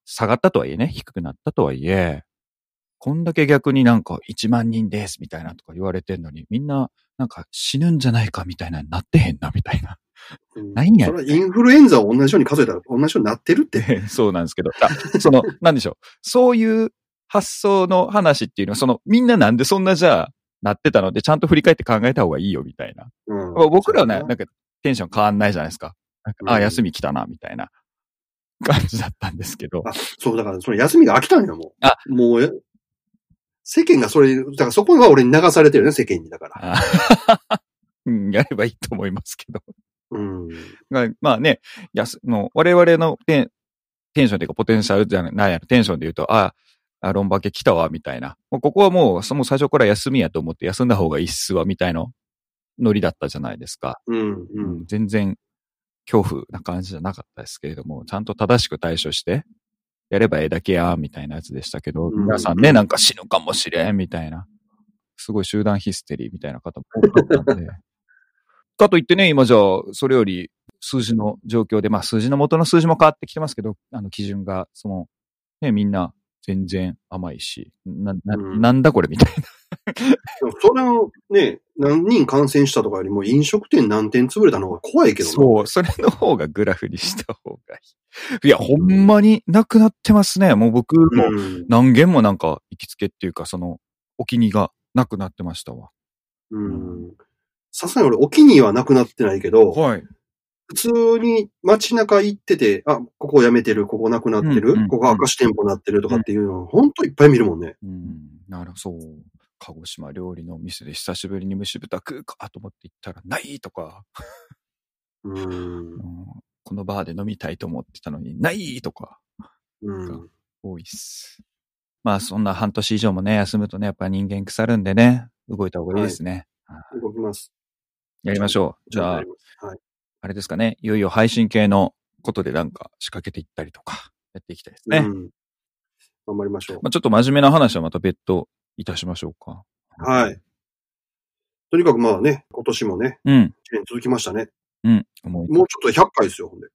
下がったとはいえね、低くなったとはいえ、こんだけ逆になんか1万人ですみたいなとか言われてんのに、みんななんか死ぬんじゃないかみたいななってへんなみたいな。うんないんやそれはインフルエンザを同じように数えたら同じようになってる って。って、そうなんですけど、あその、 なんでしょう。そういう発想の話っていうのは、その、みんななんでそんなじゃあ、なってたので、ちゃんと振り返って考えた方がいいよ、みたいな。うん僕らはね、そうなんか、テンション変わんないじゃないですか。なんかうんああ、休み来たな、みたいな 感じだったんですけど。あそう、だから、その休みが飽きたんや、もう。あもうえ、世間がそれ、だからそこは俺に流されてるね、世間に。だから。あうんやればいいと思いますけど。うん。がまあね、やすの我々のテンテンションというか、ポテンシャルじゃないなんやろ、テンションで言うと、ああ、ロンバケ来たわ、みたいな。もうここはもう、その最初から休みやと思って、休んだ方がいいっすわ、みたいなノリだったじゃないですか。うん。うん。全然、恐怖な感じじゃなかったですけれども、ちゃんと正しく対処して、やればええだけや、みたいなやつでしたけど、うん皆さんね、なんか死ぬかもしれん、みたいな。すごい集団ヒステリーみたいな方も多かったんで。 かといってね、今じゃあ、それより数字の状況で、まあ数字の元の数字も変わってきてますけど、あの基準が、その、ね、みんな全然甘いし、な、な、うんなんだこれみたいでもそれをね、何人感染したとかよりも飲食店何店潰れたのが怖いけな。どなそう、それの方がグラフにした方がいい。いや、ほんまになくなってますね。もう僕もうん。何件もなんか行きつけっていうか、その、お気に入りがなくなってましたわ。うん。さすがに俺、お気に入りはなくなってないけど、はい。普通に街中行ってて、あ、ここやめてる、ここなくなってる、うんうんここが赤字店舗になってるとかっていうのを、ほんといっぱい見るもんね。うん、なるそう。鹿児島料理のお店で久しぶりに蒸し豚食うかと思って行ったら、ないとか、うんう。んこのバーで飲みたいと思ってたのに、ないとか、うん。多いっす。まあ、そんな半年以上もね、休むとね、やっぱ人間腐るんでね、動いた方がいいですね。動きます。やりましょう。じゃあ、あれですかね、いよいよ配信系のことでなんか仕掛けていったりとか、やっていきたいですね。うん。頑張りましょう。まあ、ちょっと真面目な話はまた別途いたしましょうか。はい。とにかくまあね、今年もね、うん。一年続きましたね。うん。思い。もうちょっと100回ですよ、ほんで。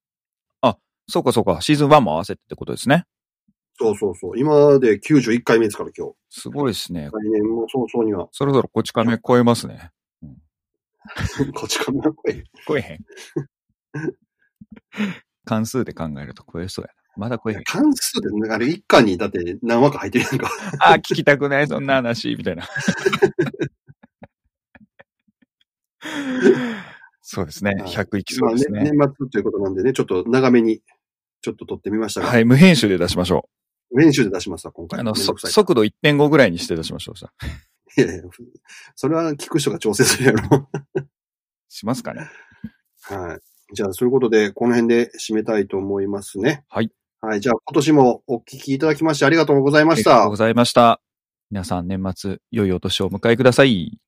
そうかそうか。シーズン1も合わせてってことですね。そうそうそう。今で91回目ですから、今日。すごいですね。、来年も早々には そろそろこち亀超えます ね。こっち亀は来い。超えへん。関数で考えると超えそうやな。まだ超 えへん。関数で、ね、あれ、一巻にだって何話か入ってるやんか。あー、聞きたくない、そんな話、みたい な。そうですね。100いきそうですまあね。年末ということなんでね、ちょっと長めに、ちょっと撮ってみましたが、はい、無編集で出しましょ練習で出しますわ、今う。回。あの、めんそどくさい速度1.5ぐらいにして出しましょう。じゃあいやいやそれは聞く人が調整するやろ。しますかね。はい。じゃあ、そういうことで、この辺で締めたいと思いますね。はい。はい。じゃあ、今年もお聞きいただきましてありがとうございまあしりがとたうご。ざいました。皆さん、年末、良いお年をお迎えください。